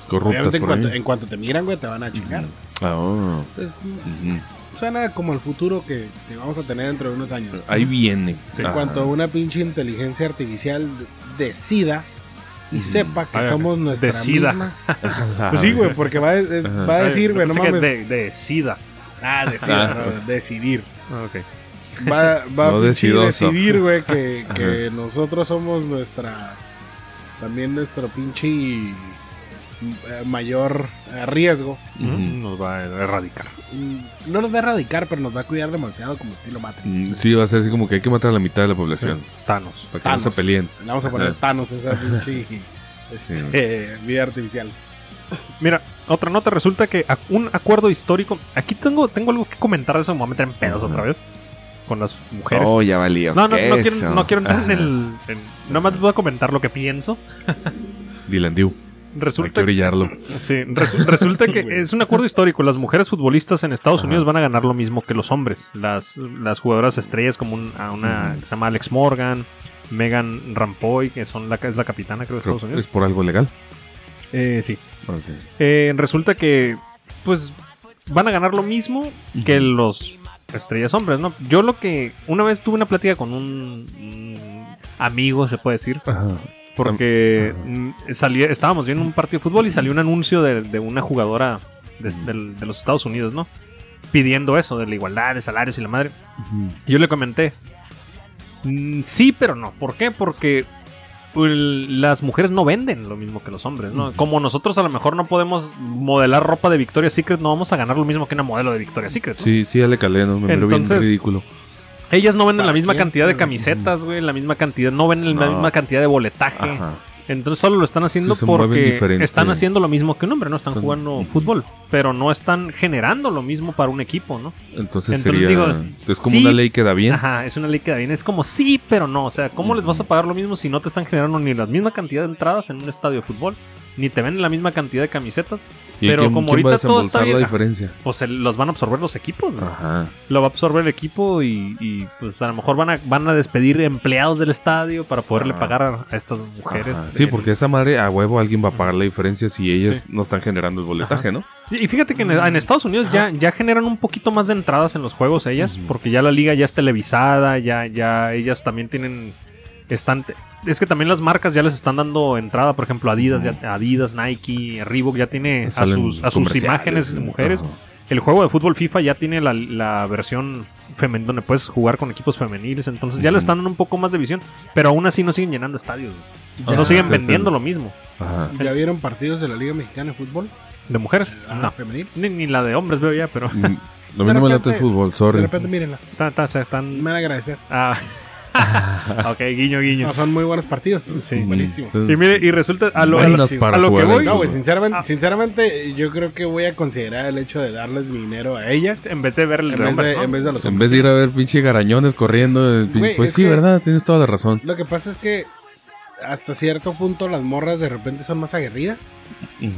Speaker 4: Corruptas
Speaker 3: Obviamente en
Speaker 4: por
Speaker 3: cuanto,
Speaker 4: ahí.
Speaker 3: en cuanto te miran, güey, te van a chingar.
Speaker 4: pues. Ah, oh.
Speaker 3: Entonces,
Speaker 4: Ujú.
Speaker 3: suena como el futuro que, que vamos a tener dentro de unos años.
Speaker 4: Ahí viene.
Speaker 3: En
Speaker 4: Eh, Ajá.
Speaker 3: cuanto una pinche inteligencia artificial decida y sepa que
Speaker 2: Ah,
Speaker 3: somos nuestra
Speaker 2: decida.
Speaker 3: misma.
Speaker 4: Ah. Ajá.
Speaker 3: Pues sí, güey, porque va, a- es-
Speaker 4: Ajá.
Speaker 3: va a decir, güey, no
Speaker 2: Pensé que
Speaker 3: mames.
Speaker 2: De, de SIDA.
Speaker 3: Ah, decida, no, decidir.
Speaker 2: Ah, ok.
Speaker 3: va, va
Speaker 4: No
Speaker 3: a
Speaker 4: decidoso.
Speaker 3: decidir, güey, que, que nosotros somos nuestra. También nuestro pinche eh, mayor eh, riesgo.
Speaker 4: Ujú.
Speaker 2: Mm, Nos va a erradicar.
Speaker 3: Mm, No nos va a erradicar, pero nos va a cuidar demasiado como estilo Matrix.
Speaker 4: Mm, Sí, va a ser así como que hay que matar a la mitad de la población.
Speaker 2: Thanos.
Speaker 4: Para que
Speaker 3: Thanos.
Speaker 4: no se peleen.
Speaker 3: Le vamos a poner
Speaker 4: Ajá.
Speaker 3: Thanos esa pinche este,
Speaker 4: Sí,
Speaker 3: vida artificial.
Speaker 2: Mira, otra nota. Resulta que ac- un acuerdo histórico. Aquí tengo, tengo algo que comentar de eso. Me voy a meter en pedos otra vez. Con las mujeres.
Speaker 5: Oh, ya valió.
Speaker 2: no, no, no quiero,
Speaker 5: queso.
Speaker 2: no quiero entrar en
Speaker 4: Ajá.
Speaker 2: el. en- nada más voy a comentar lo que pienso.
Speaker 4: Dylan Diu, hay que
Speaker 2: Resulta,
Speaker 4: brillarlo.
Speaker 2: sí, resu- resulta que es un acuerdo histórico. Las mujeres futbolistas en Estados
Speaker 4: Ajá.
Speaker 2: Unidos van a ganar lo mismo que los hombres. Las, las jugadoras estrellas, como un- a una que se llama Alex Morgan, Megan Rampoy, que son la, es la capitana, creo, de Estados
Speaker 4: Pero,
Speaker 2: Unidos.
Speaker 4: ¿Es por algo legal?
Speaker 2: Eh, sí. Eh, resulta que, pues, van a ganar lo mismo que los estrellas hombres, ¿no? Yo lo que. Una vez tuve una plática con un, un amigo, se puede decir.
Speaker 4: Ajá.
Speaker 2: Porque mm, salía, estábamos viendo un partido de fútbol y salió un anuncio de, de una jugadora de, del- de los Estados Unidos, ¿no? Pidiendo eso, de la igualdad de salarios y la madre. Y Yo le comenté. "Mm, Sí, pero no. ¿Por qué? Porque el- las mujeres no venden lo mismo que los hombres, ¿no? Como nosotros a lo mejor no podemos modelar ropa de Victoria's Secret, no vamos a ganar lo mismo que una modelo de Victoria's Secret. ¿no?
Speaker 4: Sí, sí, Ale Caleno, me miro bien
Speaker 2: Entonces-
Speaker 4: ridículo.
Speaker 2: Ellas no venden la misma
Speaker 3: ¿Para quién?
Speaker 2: cantidad de camisetas, güey, la misma cantidad, no venden la
Speaker 4: No.
Speaker 2: misma cantidad de boletaje.
Speaker 4: Ajá.
Speaker 2: Entonces solo lo están haciendo
Speaker 4: Sí, se mueven
Speaker 2: porque
Speaker 4: diferente.
Speaker 2: están haciendo lo mismo que un hombre, no están
Speaker 4: Entonces-
Speaker 2: jugando fútbol, pero no están generando lo mismo para un equipo, ¿no?
Speaker 4: Entonces,
Speaker 2: Entonces
Speaker 4: sería.
Speaker 2: digo,
Speaker 4: es como
Speaker 2: sí.
Speaker 4: una ley que da bien.
Speaker 2: Ajá, es una ley que da bien. Es como sí, pero no. O sea, ¿cómo les vas a pagar lo mismo si no te están generando ni la misma cantidad de entradas en un estadio de fútbol? Ni te venden la misma cantidad de camisetas.
Speaker 4: ¿Y
Speaker 2: Pero
Speaker 4: quién,
Speaker 2: como
Speaker 4: quién va a
Speaker 2: ahorita todo está
Speaker 4: desembolsar la
Speaker 2: bien-
Speaker 4: diferencia?
Speaker 2: Pues el- los van a absorber los equipos. ¿no?
Speaker 4: Ajá.
Speaker 2: Lo va a absorber el equipo y, y, pues a lo mejor van a, van a despedir empleados del estadio para poderle
Speaker 4: Ah.
Speaker 2: pagar a, a estas mujeres.
Speaker 4: Ajá. Sí,
Speaker 2: Eh,
Speaker 4: porque esa madre a huevo alguien va a pagar la diferencia si ellas no están generando el boletaje, ¿no?
Speaker 2: Sí, y fíjate que en, en Estados Unidos ya, ya generan un poquito más de entradas en los juegos ellas, porque ya la liga ya es televisada, ya, ya ellas también tienen están es que también las marcas ya les están dando entrada, por ejemplo, Adidas, ya- Adidas, Nike, Reebok ya tiene Eh, a
Speaker 4: Salen
Speaker 2: sus, a sus
Speaker 4: comerciales,
Speaker 2: imágenes de
Speaker 4: ¿no?
Speaker 2: mujeres.
Speaker 4: Ajá.
Speaker 2: El juego de fútbol FIFA ya tiene la, la versión femen- donde puedes jugar con equipos femeniles, entonces ya le
Speaker 4: Ujú.
Speaker 2: están dando un poco más de visión, pero aún así no siguen llenando estadios,
Speaker 3: Ya,
Speaker 2: no siguen
Speaker 4: sí, sí.
Speaker 2: vendiendo lo mismo
Speaker 4: Ajá.
Speaker 3: ¿Ya vieron partidos de la Liga Mexicana de Fútbol?
Speaker 2: de mujeres,
Speaker 3: La
Speaker 2: no,
Speaker 3: femenil.
Speaker 2: ni, ni la de hombres veo ya, pero
Speaker 4: Mm, Lo
Speaker 3: De
Speaker 4: mismo en
Speaker 3: repente-
Speaker 4: el fútbol,
Speaker 3: De
Speaker 4: sorry.
Speaker 3: repente, mírenla.
Speaker 2: Tan, tan, se- tan-
Speaker 3: Me van a agradecer.
Speaker 2: ah. ok, guiño, guiño.
Speaker 3: No, son muy buenos partidos.
Speaker 2: Sí.
Speaker 3: Buenísimo.
Speaker 4: Sí.
Speaker 2: Y mire, y resulta a lo, a lo-
Speaker 4: Buenas
Speaker 3: lo-
Speaker 4: Mm, para
Speaker 2: a lo que
Speaker 4: jugar al
Speaker 2: voy-
Speaker 3: No, pues, güey,
Speaker 4: fútbol.
Speaker 3: sinceramente,
Speaker 2: Ah.
Speaker 3: sinceramente, yo creo que voy a considerar el hecho de darles mi dinero a ellas
Speaker 2: en vez de ver el
Speaker 3: en
Speaker 2: de
Speaker 3: vez
Speaker 2: hombres,
Speaker 3: de,
Speaker 2: ¿no?
Speaker 3: en vez de a los
Speaker 4: En
Speaker 3: hombres.
Speaker 4: vez de ir a ver pinche garañones corriendo, el pin-
Speaker 3: Güey,
Speaker 4: pues
Speaker 3: es
Speaker 4: sí,
Speaker 3: que-
Speaker 4: ¿verdad? Tienes toda la razón.
Speaker 3: Lo que pasa es que hasta cierto punto las morras de repente son más aguerridas. Y...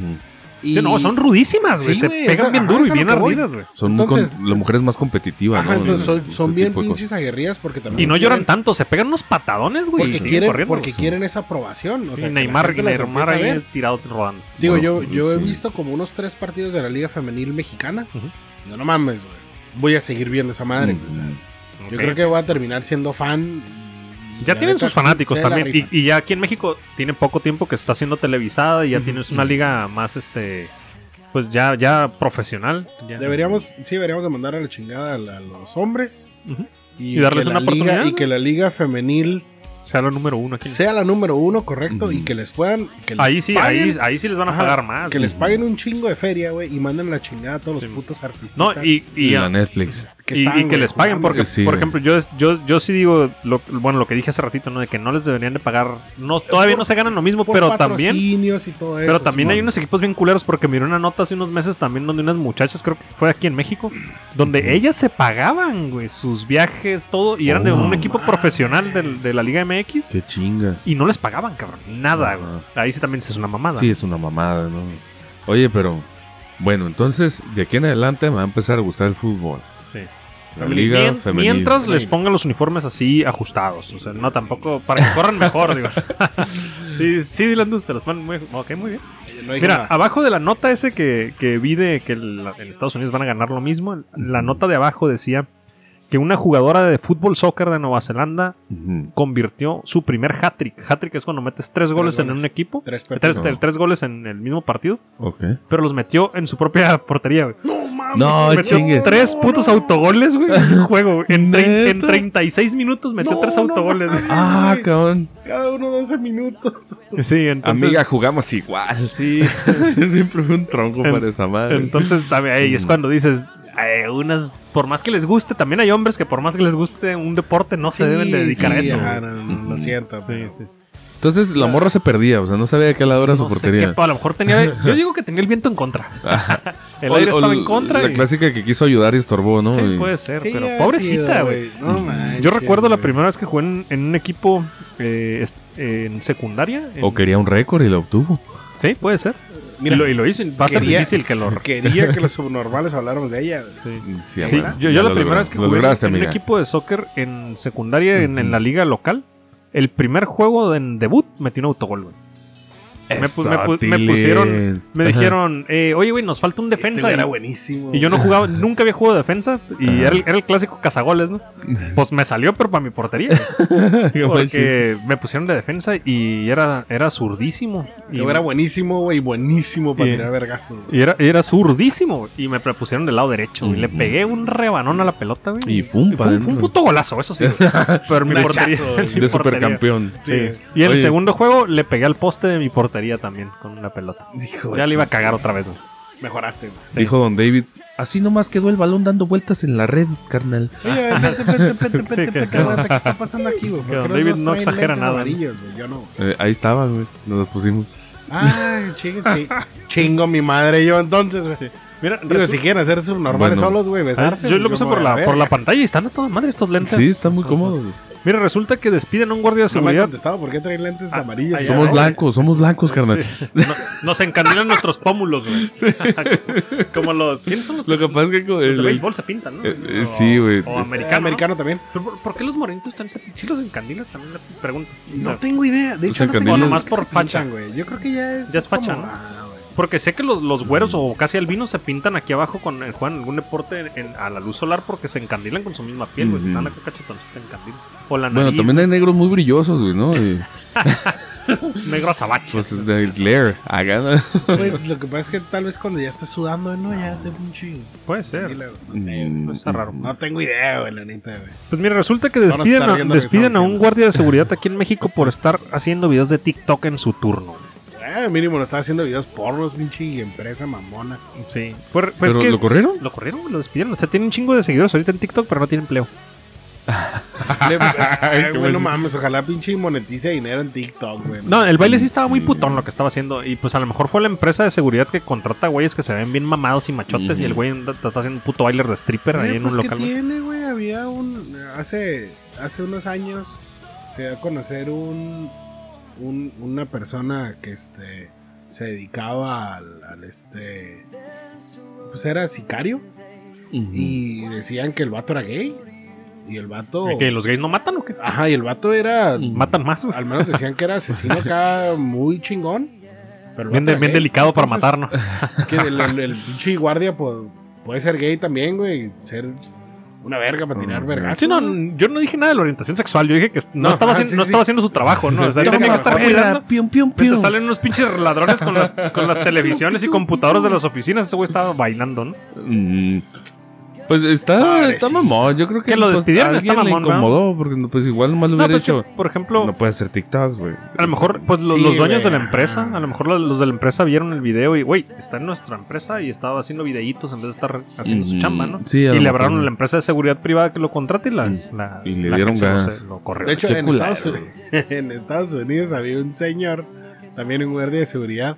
Speaker 2: Sí, no, son rudísimas, güey.
Speaker 3: Sí,
Speaker 2: se
Speaker 3: güey,
Speaker 2: pegan
Speaker 3: esa-
Speaker 2: bien
Speaker 3: ajá,
Speaker 2: duro y
Speaker 3: esa es a
Speaker 2: bien
Speaker 3: lo que voy.
Speaker 2: ardidas, güey.
Speaker 4: Son muy
Speaker 3: Entonces-
Speaker 4: con- las mujeres más competitivas,
Speaker 3: Ajá,
Speaker 4: Ah, ¿no?
Speaker 3: entonces
Speaker 4: En-
Speaker 3: son,
Speaker 4: en
Speaker 3: son
Speaker 4: ese
Speaker 3: bien
Speaker 4: tipo de
Speaker 3: pinches
Speaker 4: cosas.
Speaker 3: aguerridas porque también.
Speaker 2: Y no lloran
Speaker 3: quieren-
Speaker 2: tanto, se pegan unos patadones, güey. y
Speaker 3: Porque,
Speaker 2: siguen
Speaker 3: quieren,
Speaker 2: corriendo.
Speaker 3: porque quieren esa aprobación. O sea,
Speaker 2: y
Speaker 3: que la
Speaker 2: Neymar,
Speaker 3: gente las
Speaker 2: Neymar
Speaker 3: empieza a
Speaker 2: ahí
Speaker 3: ver.
Speaker 2: tirado rodando.
Speaker 3: Digo, yo,
Speaker 4: Bueno,
Speaker 3: yo he
Speaker 4: sí.
Speaker 3: visto como unos tres partidos de la Liga Femenil Mexicana.
Speaker 2: Ujú.
Speaker 3: Yo no mames, güey. Voy a seguir viendo esa madre.
Speaker 4: Mm.
Speaker 3: o sea, Yo
Speaker 2: Ok.
Speaker 3: creo que voy a terminar siendo fan. y
Speaker 2: Ya
Speaker 3: la
Speaker 2: tienen
Speaker 3: neta,
Speaker 2: sus
Speaker 3: sí,
Speaker 2: fanáticos
Speaker 3: sé la
Speaker 2: también. Y,
Speaker 3: rifa.
Speaker 2: y ya aquí en México tiene poco tiempo que está siendo televisada y ya
Speaker 3: Ujú,
Speaker 2: tienes una liga más, este, pues ya, ya profesional. ya.
Speaker 3: Deberíamos, sí, deberíamos de mandar a la chingada a, la- a los hombres.
Speaker 2: Ujú.
Speaker 3: Y,
Speaker 2: Y darles
Speaker 3: que
Speaker 2: una
Speaker 3: la liga-
Speaker 2: oportunidad,
Speaker 3: Y
Speaker 2: ¿no?
Speaker 3: que la liga femenil
Speaker 2: Sea lo número uno aquí.
Speaker 3: sea la número uno, correcto.
Speaker 4: Ujú.
Speaker 3: Y que les puedan. que les
Speaker 2: Ahí sí,
Speaker 3: paguen,
Speaker 2: ahí, ahí sí les van a
Speaker 3: Ajá,
Speaker 2: pagar más.
Speaker 3: Que
Speaker 2: güey.
Speaker 3: les paguen un chingo de feria, güey. Y manden la chingada a todos
Speaker 2: Sí.
Speaker 3: los putos artistas.
Speaker 2: No, y, y,
Speaker 4: La Netflix.
Speaker 3: que
Speaker 2: y- y
Speaker 3: están,
Speaker 2: que
Speaker 3: güey,
Speaker 2: les paguen,
Speaker 3: jugando.
Speaker 2: porque,
Speaker 4: Sí,
Speaker 2: por
Speaker 4: güey.
Speaker 2: ejemplo, yo, es- yo, yo sí digo, lo- bueno, lo que dije hace ratito, ¿no? De que no les deberían de pagar, no, todavía
Speaker 3: Eh, Por-
Speaker 2: no se ganan lo mismo,
Speaker 3: Por
Speaker 2: pero también,
Speaker 3: patrocinios y todo
Speaker 2: pero
Speaker 3: eso,
Speaker 2: también
Speaker 3: Simón.
Speaker 2: hay unos equipos bien culeros, porque miré una nota hace unos meses también donde unas muchachas, creo que fue aquí en México, donde ellas se pagaban, güey, sus viajes, todo, y eran de
Speaker 4: Oh,
Speaker 2: un equipo
Speaker 3: mames.
Speaker 2: profesional del- de, la Liga MX,
Speaker 4: Qué chinga.
Speaker 2: y no les pagaban, cabrón, nada, güey.
Speaker 4: Ajá.
Speaker 2: Ahí sí también se es una mamada.
Speaker 4: Sí, es una mamada, ¿no? Oye, pero. Bueno, entonces, de aquí en adelante me va a empezar a gustar el fútbol.
Speaker 2: Sí.
Speaker 4: La
Speaker 2: Femenil.
Speaker 4: liga
Speaker 2: Mien-
Speaker 4: femenil.
Speaker 2: Mientras les pongan los uniformes así ajustados. O sea, no tampoco. Para que corran mejor, digo. sí, sí, Dylan, se los ponen muy. Ok, muy bien.
Speaker 3: No hay
Speaker 2: Mira,
Speaker 3: nada.
Speaker 2: abajo de la nota ese que, que vi de que el- en Estados Unidos van a ganar lo mismo, la nota de abajo decía que una jugadora de fútbol soccer de Nueva Zelanda
Speaker 4: Ujú.
Speaker 2: convirtió su primer hat-trick. Hat-trick es cuando metes tres goles, en
Speaker 3: goles.
Speaker 2: un equipo.
Speaker 3: Tres
Speaker 2: Tres,
Speaker 3: partidos.
Speaker 2: tres- tres goles en el mismo partido,
Speaker 4: Ok.
Speaker 2: pero los metió en su propia portería, güey.
Speaker 4: No,
Speaker 2: metió
Speaker 4: Ah, chingue.
Speaker 2: Ah, tres putos autogoles, güey, en el juego. güey. En, trein-
Speaker 4: ¿Neta?
Speaker 2: en 36 minutos metió
Speaker 3: No,
Speaker 2: tres
Speaker 3: no
Speaker 2: autogoles. güey.
Speaker 4: Ah, cabrón.
Speaker 3: Cada uno 12 minutos.
Speaker 2: sí, entonces.
Speaker 4: Amiga, jugamos igual.
Speaker 2: Sí.
Speaker 4: Siempre fue un tronco
Speaker 2: En-
Speaker 4: para esa madre.
Speaker 2: Entonces, a ver, ahí es cuando dices. "Ay, unas, por más que les guste, también hay hombres que por más que les guste un deporte no se deben de dedicar a
Speaker 3: sí,
Speaker 2: eso.
Speaker 3: ajá,
Speaker 2: güey".
Speaker 3: no, no, no, lo siento.
Speaker 2: Sí,
Speaker 3: pero-
Speaker 2: sí, sí.
Speaker 4: Entonces la morra se perdía, o sea, no sabía de qué lado era su
Speaker 2: No sé qué,
Speaker 4: portería.
Speaker 2: a lo mejor tenía. Yo digo que tenía el viento en contra. El
Speaker 4: O-
Speaker 2: aire
Speaker 4: o
Speaker 2: estaba en
Speaker 4: l-
Speaker 2: contra.
Speaker 4: La
Speaker 2: y-
Speaker 4: clásica que quiso ayudar y estorbó, ¿no?
Speaker 2: Sí, pues,
Speaker 4: Y-
Speaker 2: puede ser,
Speaker 3: Sí,
Speaker 2: pero
Speaker 3: ha
Speaker 2: pobrecita,
Speaker 3: sido,
Speaker 2: güey.
Speaker 3: No manches,
Speaker 2: Yo recuerdo la
Speaker 3: güey.
Speaker 2: primera vez que jugué en, en un equipo eh, est- en secundaria. en-
Speaker 4: O quería un récord y lo obtuvo.
Speaker 2: Sí, puede ser.
Speaker 3: Mira,
Speaker 2: y, lo, y lo hizo. y Va a ser
Speaker 3: Quería-
Speaker 2: difícil que lo.
Speaker 3: Quería que los subnormales habláramos de ella. güey.
Speaker 2: Sí.
Speaker 4: Sí,
Speaker 2: Sí,
Speaker 4: bueno,
Speaker 2: yo,
Speaker 4: ya
Speaker 2: yo la
Speaker 4: lo
Speaker 2: primera
Speaker 4: logró.
Speaker 2: vez que
Speaker 4: Lo
Speaker 2: jugué
Speaker 4: lograste,
Speaker 2: en un
Speaker 4: amiga.
Speaker 2: equipo de soccer en secundaria, en, en la liga local, el primer juego de- en debut metí un autogol, güey. Me, pu- me pu- me
Speaker 4: Eso,
Speaker 2: pusieron,
Speaker 4: Tilín.
Speaker 2: me
Speaker 4: Ajá.
Speaker 2: dijeron, eh, oye, güey, nos falta un
Speaker 3: Este
Speaker 2: defensa.
Speaker 3: güey era
Speaker 2: y-
Speaker 3: buenísimo.
Speaker 2: Y yo no jugaba, nunca había jugado de defensa y
Speaker 4: Ajá.
Speaker 2: era el, era el clásico cazagoles, ¿no? Pues me salió, pero para mi portería. Porque me pusieron de defensa y era, era zurdísimo. Y,
Speaker 3: Yo era buenísimo, güey. Buenísimo para
Speaker 2: Y-
Speaker 3: tirar vergazo. güey.
Speaker 2: y era, y era zurdísimo. güey, Y me pusieron del lado derecho. Y le
Speaker 4: Ujú.
Speaker 2: pegué un rebanón a la pelota, güey.
Speaker 4: Y fum,
Speaker 2: fue, un-
Speaker 4: padre.
Speaker 2: fue un puto golazo, eso sí. güey. Pero mi
Speaker 3: Golazo,
Speaker 2: portería.
Speaker 3: güey.
Speaker 2: mi
Speaker 4: De
Speaker 2: portería.
Speaker 4: supercampeón.
Speaker 2: Sí. Y en el
Speaker 4: Oye.
Speaker 2: segundo juego le pegué al poste de mi portería también con una pelota. ya le iba a cagar otra vez, güey.
Speaker 3: Mejoraste, güey.
Speaker 2: Sí.
Speaker 4: Dijo don David, así nomás quedó el balón dando vueltas en la red, carnal.
Speaker 3: Oye, vete, vete, vete,
Speaker 2: Sí,
Speaker 3: vete,
Speaker 2: que-
Speaker 3: vete, aguanta, ¿qué está pasando aquí, güey?
Speaker 2: Que don
Speaker 3: Porque los
Speaker 2: David
Speaker 3: dos
Speaker 2: no
Speaker 3: traen
Speaker 2: exagera
Speaker 3: lentes
Speaker 2: nada, ¿no?
Speaker 3: amarillos, güey, yo no.
Speaker 4: Eh, ahí estaba, güey. Nos los pusimos.
Speaker 3: Ay, chingo, chingo mi madre yo entonces, güey.
Speaker 2: Mira,
Speaker 3: Digo,
Speaker 2: resulta-
Speaker 3: si quieren hacer sus normales
Speaker 4: Bueno.
Speaker 3: solos, güey,
Speaker 2: Ah,
Speaker 3: besarse.
Speaker 2: yo
Speaker 3: güey,
Speaker 2: lo puse
Speaker 3: me
Speaker 2: por
Speaker 3: voy a
Speaker 2: la,
Speaker 3: ver.
Speaker 2: por la pantalla y están a toda madre estos lentes.
Speaker 4: Sí, está muy cómodo. güey.
Speaker 2: Mira, resulta que despiden a un guardia de
Speaker 3: No me ha
Speaker 2: seguridad.
Speaker 3: contestado por qué traen lentes
Speaker 2: Ah,
Speaker 3: amarillos.
Speaker 2: ahí
Speaker 3: güey.
Speaker 4: Somos
Speaker 2: ¿no?
Speaker 4: blancos, somos blancos, carnal.
Speaker 2: No- nos encandilan nuestros pómulos, güey. Como los. ¿Quiénes son los
Speaker 4: Lo que pasa es que
Speaker 2: Los
Speaker 4: como
Speaker 2: de
Speaker 4: el-
Speaker 2: béisbol se pintan, ¿no?
Speaker 4: eh, eh,
Speaker 2: O-
Speaker 4: sí, güey.
Speaker 2: O
Speaker 3: Eh,
Speaker 2: americano.
Speaker 3: americano también.
Speaker 2: ¿no? Pero ¿Por, por qué los morenitos están se Sí, los encandilan también, le pregunto. O sea,
Speaker 3: No tengo idea. De
Speaker 4: Los
Speaker 3: hecho, no tengo
Speaker 4: encandilan.
Speaker 3: idea
Speaker 2: Nomás
Speaker 3: de
Speaker 2: por
Speaker 3: qué se pinchan,
Speaker 2: facha.
Speaker 3: güey. Yo creo que ya es.
Speaker 2: Ya es facha,
Speaker 3: como-
Speaker 2: ¿no?
Speaker 3: Ah, güey.
Speaker 2: Porque sé que los, los güeros o casi albinos se pintan aquí abajo con el Juan algún deporte en- a la luz solar porque se encandilan con su misma piel, güey. Si
Speaker 4: Ujú.
Speaker 2: Están acá cachetoncita encandilan. O la nariz,
Speaker 4: Bueno, también hay negros muy brillosos, güey, ¿no? Y,
Speaker 2: negro azabache.
Speaker 4: pues es de glare. Hagan.
Speaker 3: Pues lo que pasa es que tal vez cuando ya estés sudando, ¿no? Ya te pinche.
Speaker 2: Puede ser.
Speaker 3: No sé, güey.
Speaker 2: pues
Speaker 4: Mm.
Speaker 2: está raro.
Speaker 3: No tengo idea, güey, la neta, güey.
Speaker 2: Pues mira, resulta que
Speaker 3: Ahora se
Speaker 2: despiden,
Speaker 3: está
Speaker 2: a,
Speaker 3: riendo lo que
Speaker 2: despiden a
Speaker 3: estamos
Speaker 2: un
Speaker 3: haciendo.
Speaker 2: guardia de seguridad aquí en México por estar haciendo videos de TikTok en su turno.
Speaker 3: Eh, mínimo lo está haciendo videos porros, pinche empresa mamona.
Speaker 2: Sí. Por- pues
Speaker 4: ¿Pero
Speaker 2: que-
Speaker 4: lo corrieron?
Speaker 2: Lo corrieron, güey, lo despidieron. O sea, tiene un chingo de seguidores ahorita en TikTok, pero no tiene empleo.
Speaker 3: Le- Ay,
Speaker 4: qué
Speaker 3: güey, no
Speaker 4: bueno.
Speaker 3: mames, ojalá pinche monetice dinero en TikTok, güey.
Speaker 2: No, el baile sí estaba muy
Speaker 4: Sí.
Speaker 2: putón lo que estaba haciendo. Y pues a lo mejor fue la empresa de seguridad que contrata güeyes que se ven bien mamados y machotes.
Speaker 4: Ujú.
Speaker 2: Y el güey anda- está haciendo un puto bailer de stripper
Speaker 3: Oye,
Speaker 2: ahí en
Speaker 3: pues,
Speaker 2: un
Speaker 3: ¿qué
Speaker 2: local. güey.
Speaker 3: tiene, güey? Había un. Hace, hace unos años se dio a conocer un, un- una persona que este se dedicaba al, al, este. Pues era sicario.
Speaker 4: Mm.
Speaker 3: Y decían que el vato era gay. Y el vato.
Speaker 2: ¿Y que ¿Los gays no matan o qué?
Speaker 3: Ajá, y el vato era.
Speaker 4: Mm.
Speaker 2: Matan más. güey.
Speaker 3: Al menos decían que era asesino acá muy chingón. Pero el
Speaker 2: Bien,
Speaker 3: vato
Speaker 2: de-
Speaker 3: era
Speaker 2: bien
Speaker 3: gay.
Speaker 2: delicado para
Speaker 3: Entonces,
Speaker 2: matarnos.
Speaker 3: que el, el, el pinche guardia po- puede ser gay también, güey. y Ser una verga para tirar
Speaker 4: Mm,
Speaker 3: vergas.
Speaker 2: Sí, no, n- yo no dije nada de la orientación sexual. Yo dije que no,
Speaker 3: No,
Speaker 2: estaba,
Speaker 3: ah,
Speaker 2: haciendo,
Speaker 3: sí,
Speaker 2: no
Speaker 3: sí.
Speaker 2: estaba haciendo su trabajo, ¿no? O sea,
Speaker 3: Toma,
Speaker 2: tenía que estar
Speaker 3: perra,
Speaker 2: cuidando.
Speaker 4: pium, pium,
Speaker 2: Te salen unos pinches ladrones con las, con las televisiones y computadoras de las oficinas. Ese güey estaba bailando, ¿no?
Speaker 4: Mm, Pues está, está
Speaker 3: Pobrecito.
Speaker 4: mamón. Yo creo que,
Speaker 2: Que lo
Speaker 4: pues,
Speaker 2: despidieron,
Speaker 4: alguien
Speaker 2: está mamón,
Speaker 4: le incomodó, porque no, pues igual nomás lo
Speaker 2: No,
Speaker 4: hubiera
Speaker 2: pues
Speaker 4: hecho.
Speaker 2: que, por ejemplo,
Speaker 4: No puede hacer TikToks, güey.
Speaker 2: a lo mejor pues, los,
Speaker 3: Sí,
Speaker 2: los dueños de
Speaker 3: güey,
Speaker 2: la empresa,
Speaker 3: ajá.
Speaker 2: a lo mejor los, los de la empresa vieron el video y, güey, está en nuestra empresa y estaba haciendo videitos en vez de estar haciendo su
Speaker 4: Ujú.
Speaker 2: chamba, ¿no?
Speaker 4: Sí,
Speaker 2: y
Speaker 4: a lo
Speaker 2: le
Speaker 4: mejor.
Speaker 2: hablaron a la empresa de seguridad privada que lo contrate y la.
Speaker 4: Y-
Speaker 2: la-
Speaker 4: y le
Speaker 2: la
Speaker 4: dieron
Speaker 2: agencia, no
Speaker 4: ganas.
Speaker 2: sé, lo corrió.
Speaker 3: De hecho,
Speaker 4: Qué
Speaker 3: en
Speaker 4: culero,
Speaker 3: Estados, Unidos, en Estados Unidos había un señor, también un guardia de seguridad,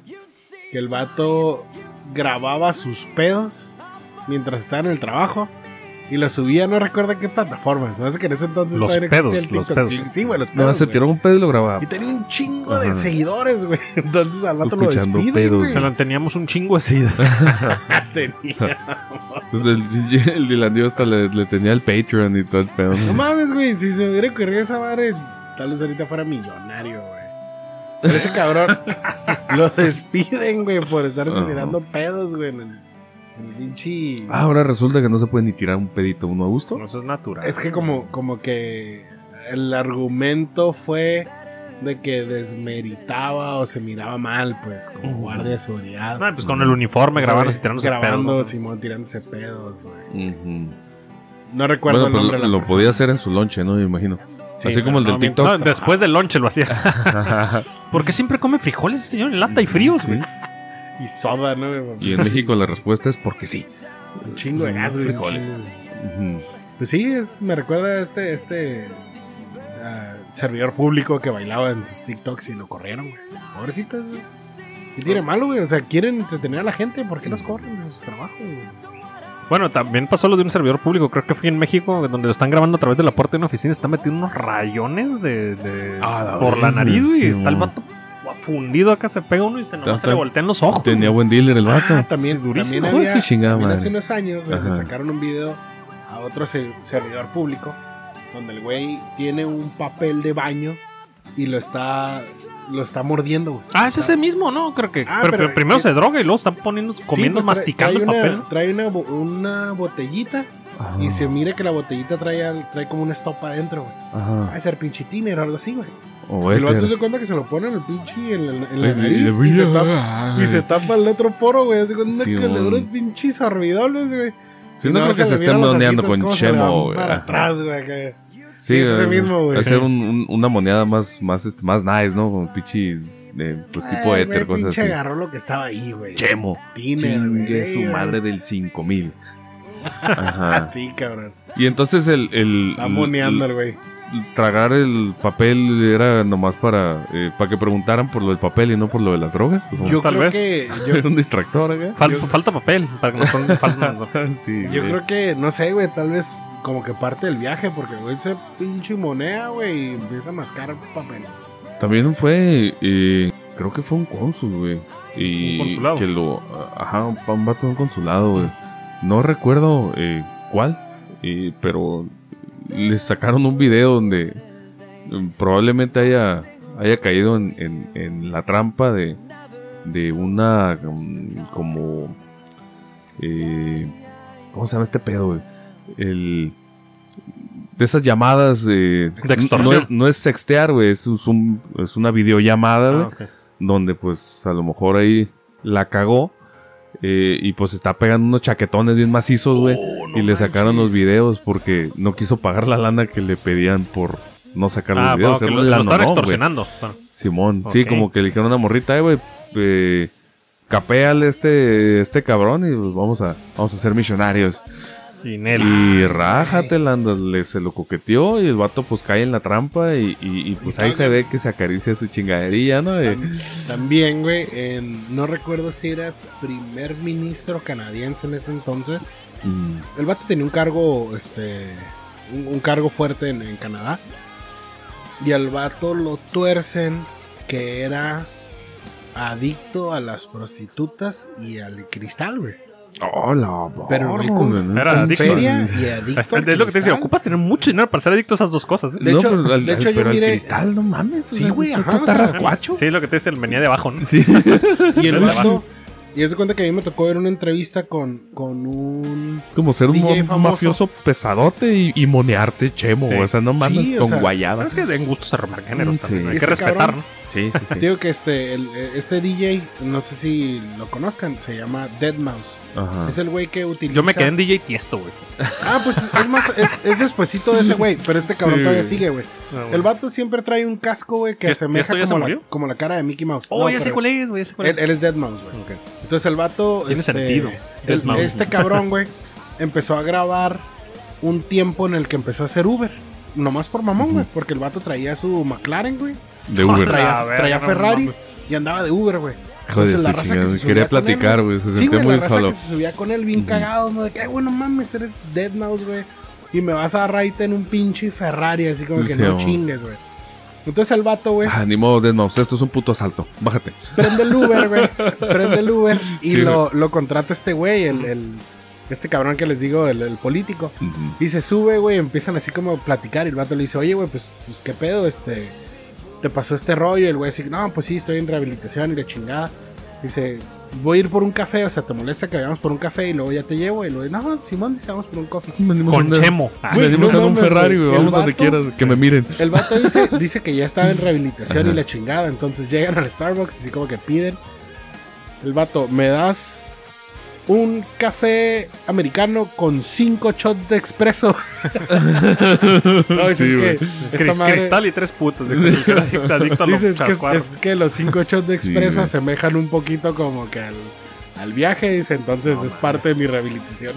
Speaker 3: que el vato grababa sus pedos mientras estaba en el trabajo y lo subía, no recuerdo qué plataforma. Se me hace que en ese entonces
Speaker 2: Los
Speaker 3: todavía no
Speaker 2: pedos,
Speaker 3: existía
Speaker 2: los
Speaker 3: el
Speaker 2: pedos.
Speaker 3: TikTok. Sí, sí, güey, los
Speaker 4: No,
Speaker 3: pedos.
Speaker 4: se
Speaker 3: güey.
Speaker 4: tiró un pedo y lo grababa.
Speaker 3: Y tenía un chingo
Speaker 4: Ajá.
Speaker 3: de seguidores, güey. Entonces al vato lo
Speaker 4: Escuchando
Speaker 3: despiden,
Speaker 4: pedos.
Speaker 3: güey.
Speaker 2: Se la teníamos un chingo así.
Speaker 3: Tenía-
Speaker 4: Pues, El, el Dilandío hasta le, le tenía el Patreon y todo el pedo.
Speaker 3: No mames, güey, si se me hubiera ocurrido esa madre, tal vez ahorita fuera millonario, güey. Pero ese cabrón lo despiden, güey, por estarse
Speaker 4: Ajá.
Speaker 3: tirando pedos, güey, en el, en el pinche.
Speaker 4: Ah, ahora resulta que no se puede ni tirar un pedito uno a gusto.
Speaker 2: No, eso es natural.
Speaker 3: Es que como, como que el argumento fue de que desmeritaba o se miraba mal, pues, como
Speaker 4: Ujú.
Speaker 3: guardia de seguridad.
Speaker 2: No, pues con el uniforme
Speaker 3: O sea,
Speaker 2: grabándose y tirándose
Speaker 3: grabando,
Speaker 2: pedos, ¿no?
Speaker 3: Simón tirándose pedos, güey.
Speaker 4: Ujú.
Speaker 3: No recuerdo
Speaker 4: Bueno,
Speaker 3: el
Speaker 4: pero
Speaker 3: nombre
Speaker 4: lo,
Speaker 3: de la
Speaker 4: lo
Speaker 3: persona.
Speaker 4: podía hacer en su lonche, ¿no? Me imagino.
Speaker 3: Sí,
Speaker 4: Así como el
Speaker 3: pero
Speaker 4: del
Speaker 3: no,
Speaker 4: TikTok.
Speaker 2: No, después del lonche lo hacía. Porque siempre come frijoles, ese señor, en lata y fríos, güey.
Speaker 3: Y soda, ¿no? güey?
Speaker 4: Y en México la respuesta es porque sí.
Speaker 3: Un chingo de gas, güey. un
Speaker 4: Frijoles.
Speaker 3: chingo de-
Speaker 4: Ujú.
Speaker 3: Pues sí, es, me recuerda a este, este ah, servidor público que bailaba en sus TikToks y lo corrieron, güey. Pobrecitas, güey. ¿Qué
Speaker 4: Ah.
Speaker 3: tiene malo, güey? O sea, quieren entretener a la gente, ¿por qué
Speaker 4: Mm.
Speaker 3: los corren de sus trabajos, güey?
Speaker 2: Bueno, también pasó lo de un servidor público, creo que fue en México, donde lo están grabando a través de la puerta de una oficina, está metiendo unos rayones de, de-
Speaker 4: Ah, la
Speaker 2: por la
Speaker 4: verga,
Speaker 2: nariz, güey,
Speaker 4: sí,
Speaker 2: y está el
Speaker 4: mon.
Speaker 2: vato fundido acá, se pega uno y se nomás se
Speaker 4: Está-
Speaker 2: le voltean los ojos.
Speaker 4: Tenía buen dealer el vato.
Speaker 3: Ah, también, también
Speaker 4: durísimo. Hijo de
Speaker 3: había,
Speaker 4: su chingada
Speaker 3: también
Speaker 4: madre.
Speaker 3: hace unos años güey, le
Speaker 4: Ajá.
Speaker 3: sacaron un video a otro se- servidor público donde el güey tiene un papel de baño y lo está lo está mordiendo. güey.
Speaker 2: Ah, es
Speaker 3: Está-
Speaker 2: ese mismo, ¿no? Creo que.
Speaker 3: Ah,
Speaker 2: pero,
Speaker 3: pero-
Speaker 2: pero primero
Speaker 3: eh,
Speaker 2: se droga y luego están poniendo, comiendo,
Speaker 3: Sí, pues, trae-
Speaker 2: masticando el
Speaker 3: trae
Speaker 2: papel.
Speaker 3: Una, trae una, bo- una botellita
Speaker 4: Ajá,
Speaker 3: Y se mira que la botellita trae, al- trae como una estopa adentro, güey.
Speaker 4: ajá.
Speaker 3: A ser pinche tiner o algo así, güey.
Speaker 4: O
Speaker 3: Y luego
Speaker 4: éter.
Speaker 3: te das cuenta que se lo pone en el pinche en la, en la
Speaker 4: Pues, Le- le-
Speaker 3: nariz
Speaker 4: le-
Speaker 3: y, se tapa,
Speaker 4: Ay.
Speaker 3: y se tapa el otro poro, güey. Hace cuenta
Speaker 4: Sí,
Speaker 3: que le
Speaker 4: mon.
Speaker 3: duros pinches sorbidoles, güey.
Speaker 4: Sí,
Speaker 3: Y
Speaker 4: no
Speaker 3: nada
Speaker 4: creo
Speaker 3: más
Speaker 4: que se
Speaker 3: le
Speaker 4: estén
Speaker 3: miran las
Speaker 4: doneando
Speaker 3: alitas
Speaker 4: con
Speaker 3: cómo se le van
Speaker 4: Chemo, güey.
Speaker 3: Para
Speaker 4: Ajá.
Speaker 3: atrás, güey. acá.
Speaker 4: Sí,
Speaker 3: Sí, es ese
Speaker 4: güey.
Speaker 3: mismo, güey.
Speaker 4: Hacer un- un- una moneda más, más, este, más nice, ¿no? Con pichi de, pues, tipo
Speaker 3: Ay, güey,
Speaker 4: éter, cosas
Speaker 3: pinche
Speaker 4: así.
Speaker 3: agarró lo que estaba ahí, güey.
Speaker 4: Chemo.
Speaker 3: Tinder, güey.
Speaker 4: Chingue su
Speaker 3: Ey,
Speaker 4: madre del 5000. Ajá.
Speaker 3: Sí, cabrón.
Speaker 4: Y entonces el. el
Speaker 3: Está moneando el güey.
Speaker 4: el- tragar el papel era nomás para, eh, para que preguntaran por lo del papel y no por lo de las drogas. ¿o?
Speaker 3: Yo
Speaker 2: Tal
Speaker 3: creo
Speaker 2: vez.
Speaker 3: que. Yo,
Speaker 4: Era un distractor acá.
Speaker 2: Fal- Falta papel para que nos pongan. falta-
Speaker 4: Sí,
Speaker 3: yo
Speaker 4: eh,
Speaker 3: creo que, no sé, güey, tal vez como que parte del viaje, porque el güey se pinche monea, güey, y empieza a mascar papel.
Speaker 4: También fue, eh, creo que fue un cónsul, güey. Y
Speaker 2: Un consulado.
Speaker 4: Que lo, ajá, un, un vato de un consulado, güey. No recuerdo eh, cuál, eh, pero les sacaron un video donde mm, probablemente haya, haya caído en, en- en la trampa de, de una, mm, como, eh, ¿cómo se llama este pedo, güey? El... De esas llamadas eh,
Speaker 2: De extorsión.
Speaker 4: no es- no es sextear, güey, es, es un- es una videollamada, güey,
Speaker 2: Ah, ok.
Speaker 4: donde pues a lo mejor ahí la cagó eh, y pues está pegando unos chaquetones bien macizos, güey,
Speaker 2: Oh,
Speaker 4: y le sacaron los videos porque no quiso pagar la lana que le pedían por no sacar los
Speaker 2: Ah, bueno,
Speaker 4: videos.
Speaker 2: que
Speaker 4: Era
Speaker 2: lo,
Speaker 4: un
Speaker 2: lo
Speaker 4: lanonón,
Speaker 2: estaban
Speaker 4: güey.
Speaker 2: extorsionando. Bueno,
Speaker 4: Simón,
Speaker 2: Ok.
Speaker 4: sí, como que le dijeron a una morrita, "Eh, güey, eh, capéale este, este cabrón y pues vamos a, vamos a ser millonarios.
Speaker 2: y Nel.
Speaker 4: Y rájatela, andas, le- se lo coqueteó y el vato pues cae en la trampa y, y- y, pues ahí se ve que se acaricia su chingadería, ¿no? Eh,
Speaker 3: También, güey, en- no recuerdo si era primer ministro canadiense en ese entonces.
Speaker 4: mm,
Speaker 3: El vato tenía un cargo, este, un, un cargo fuerte en, en Canadá. Y al vato lo tuercen que era adicto a las prostitutas y al cristal, güey.
Speaker 4: Hola,
Speaker 3: Pero
Speaker 4: porra,
Speaker 3: rico,
Speaker 4: güey, ¿no?
Speaker 2: Era
Speaker 3: Con
Speaker 2: adicto.
Speaker 3: feria y adicto
Speaker 2: Es,
Speaker 3: al
Speaker 2: es lo que te decía,
Speaker 3: cristal.
Speaker 2: ocupas tener mucho dinero para ser adicto a esas dos cosas. ¿eh?
Speaker 3: de
Speaker 4: No,
Speaker 3: hecho-
Speaker 4: pero al-
Speaker 3: de
Speaker 4: al-
Speaker 3: hecho yo
Speaker 4: pero al
Speaker 3: miré-
Speaker 4: cristal, no mames. o
Speaker 3: Sí,
Speaker 4: sea,
Speaker 3: güey,
Speaker 4: ¿tú-
Speaker 3: ajá,
Speaker 4: tú
Speaker 3: o
Speaker 4: estás
Speaker 3: sea,
Speaker 4: rascuacho?
Speaker 2: Sí, lo que te decía, el venía de abajo, ¿no?
Speaker 4: Sí.
Speaker 3: Y el
Speaker 2: Del
Speaker 3: vato, y es de cuenta que a mí me tocó ver una entrevista con, con un...
Speaker 4: Como ser un
Speaker 3: DJ
Speaker 4: mo-
Speaker 3: famoso.
Speaker 4: mafioso pesadote y, y monearte, chemo.
Speaker 2: Sí.
Speaker 4: O sea, no mames,
Speaker 3: Sí, o
Speaker 4: con
Speaker 3: sea,
Speaker 2: Pero
Speaker 4: guayaba.
Speaker 2: es que en gusto se romper géneros
Speaker 4: Sí.
Speaker 2: también. Hay
Speaker 3: Ese
Speaker 2: que respetar,
Speaker 3: cabrón-
Speaker 2: ¿no?
Speaker 4: Sí, sí,
Speaker 3: Te
Speaker 4: sí.
Speaker 3: Digo que este, el- este DJ, no sé si lo conozcan, se llama Dead Mouse.
Speaker 4: Ajá.
Speaker 3: Es el güey que utiliza...
Speaker 2: Ah. Yo me quedé en DJ Tiesto, güey.
Speaker 3: Ah, pues es más, es, es despuesito de ese güey, pero este cabrón
Speaker 4: Sí,
Speaker 3: todavía
Speaker 4: güey.
Speaker 3: sigue, güey.
Speaker 2: Ah, bueno.
Speaker 3: El vato siempre trae un casco, güey, que
Speaker 2: ¿Ya-
Speaker 3: asemeja
Speaker 2: ya esto ya se
Speaker 3: como la,
Speaker 2: murió?
Speaker 3: como la cara de Mickey Mouse.
Speaker 2: Oh,
Speaker 3: No,
Speaker 2: ya sé
Speaker 3: pero
Speaker 2: cuál es, güey. ya sé cuál
Speaker 3: Él,
Speaker 2: es.
Speaker 3: él es Deadmau5, güey. Entonces el vato. este,
Speaker 2: Tiene sentido.
Speaker 3: el-
Speaker 2: Deadmau5.
Speaker 3: Este cabrón, güey, empezó a grabar un tiempo en el que empezó a hacer Uber. Nomás por mamón, güey. Porque el vato traía su McLaren, güey.
Speaker 4: De
Speaker 2: Traía-
Speaker 4: Uber.
Speaker 3: Traía,
Speaker 2: verga,
Speaker 3: traía
Speaker 2: no
Speaker 3: Ferraris y andaba de Uber, güey.
Speaker 4: Joder,
Speaker 3: Entonces, la
Speaker 4: sí,
Speaker 3: raza que
Speaker 4: chingada,
Speaker 3: se
Speaker 4: Quería
Speaker 3: subía con él,
Speaker 4: platicar, güey.
Speaker 3: Sí,
Speaker 4: Se sentía
Speaker 3: güey, la
Speaker 4: muy
Speaker 3: raza
Speaker 4: solo.
Speaker 3: que se subía con él bien cagado, ¿no? De que, "Ay, güey, no mames, eres Deadmau5, güey. Y me vas a raite en un pinche Ferrari, así como que
Speaker 4: Sí,
Speaker 3: no
Speaker 4: amor.
Speaker 3: chingues, güey. Entonces el vato, güey,
Speaker 4: Ah, ni modo, Deadmau5, esto es un puto asalto. Bájate.
Speaker 3: prende el Uber, güey. Prende el Uber y
Speaker 4: Sí,
Speaker 3: lo, lo contrata este güey, el, el- este cabrón que les digo, el, el político. Y se sube, güey, empiezan así como a platicar y el vato le dice, oye, güey, pues, pues qué pedo, este, te pasó este rollo. Y el güey dice, no, pues sí, estoy en rehabilitación y la chingada. Dice, voy a ir por un café, o sea, te molesta que vayamos por un café y luego ya te llevo. Y luego, no, Simón, dice, vamos por un café.
Speaker 4: Venimos
Speaker 2: Con
Speaker 4: en un-
Speaker 2: Chemo. Ah,
Speaker 3: Güey,
Speaker 4: Venimos
Speaker 3: no
Speaker 4: en un
Speaker 3: mames,
Speaker 4: Ferrari,
Speaker 3: güey.
Speaker 4: güey.
Speaker 3: El
Speaker 4: Vamos donde
Speaker 3: vato-
Speaker 4: quieras, que me miren.
Speaker 3: El vato dice, dice que ya estaba en rehabilitación y
Speaker 4: Ajá.
Speaker 3: la chingada. Entonces llegan al Starbucks, así como que piden. El vato, me das un café americano con cinco shots de expreso. no, dices
Speaker 4: Sí,
Speaker 3: que
Speaker 4: güey.
Speaker 3: esta
Speaker 2: Cris-
Speaker 3: madre-
Speaker 2: Cristal y tres putos. dices, el que era adicto a los
Speaker 3: dices que, es-
Speaker 2: chascuaros.
Speaker 3: es que los cinco shots de
Speaker 4: Sí,
Speaker 3: expreso
Speaker 4: güey.
Speaker 3: asemejan un poquito como que al, al viaje. Dice, entonces es parte de mi rehabilitación.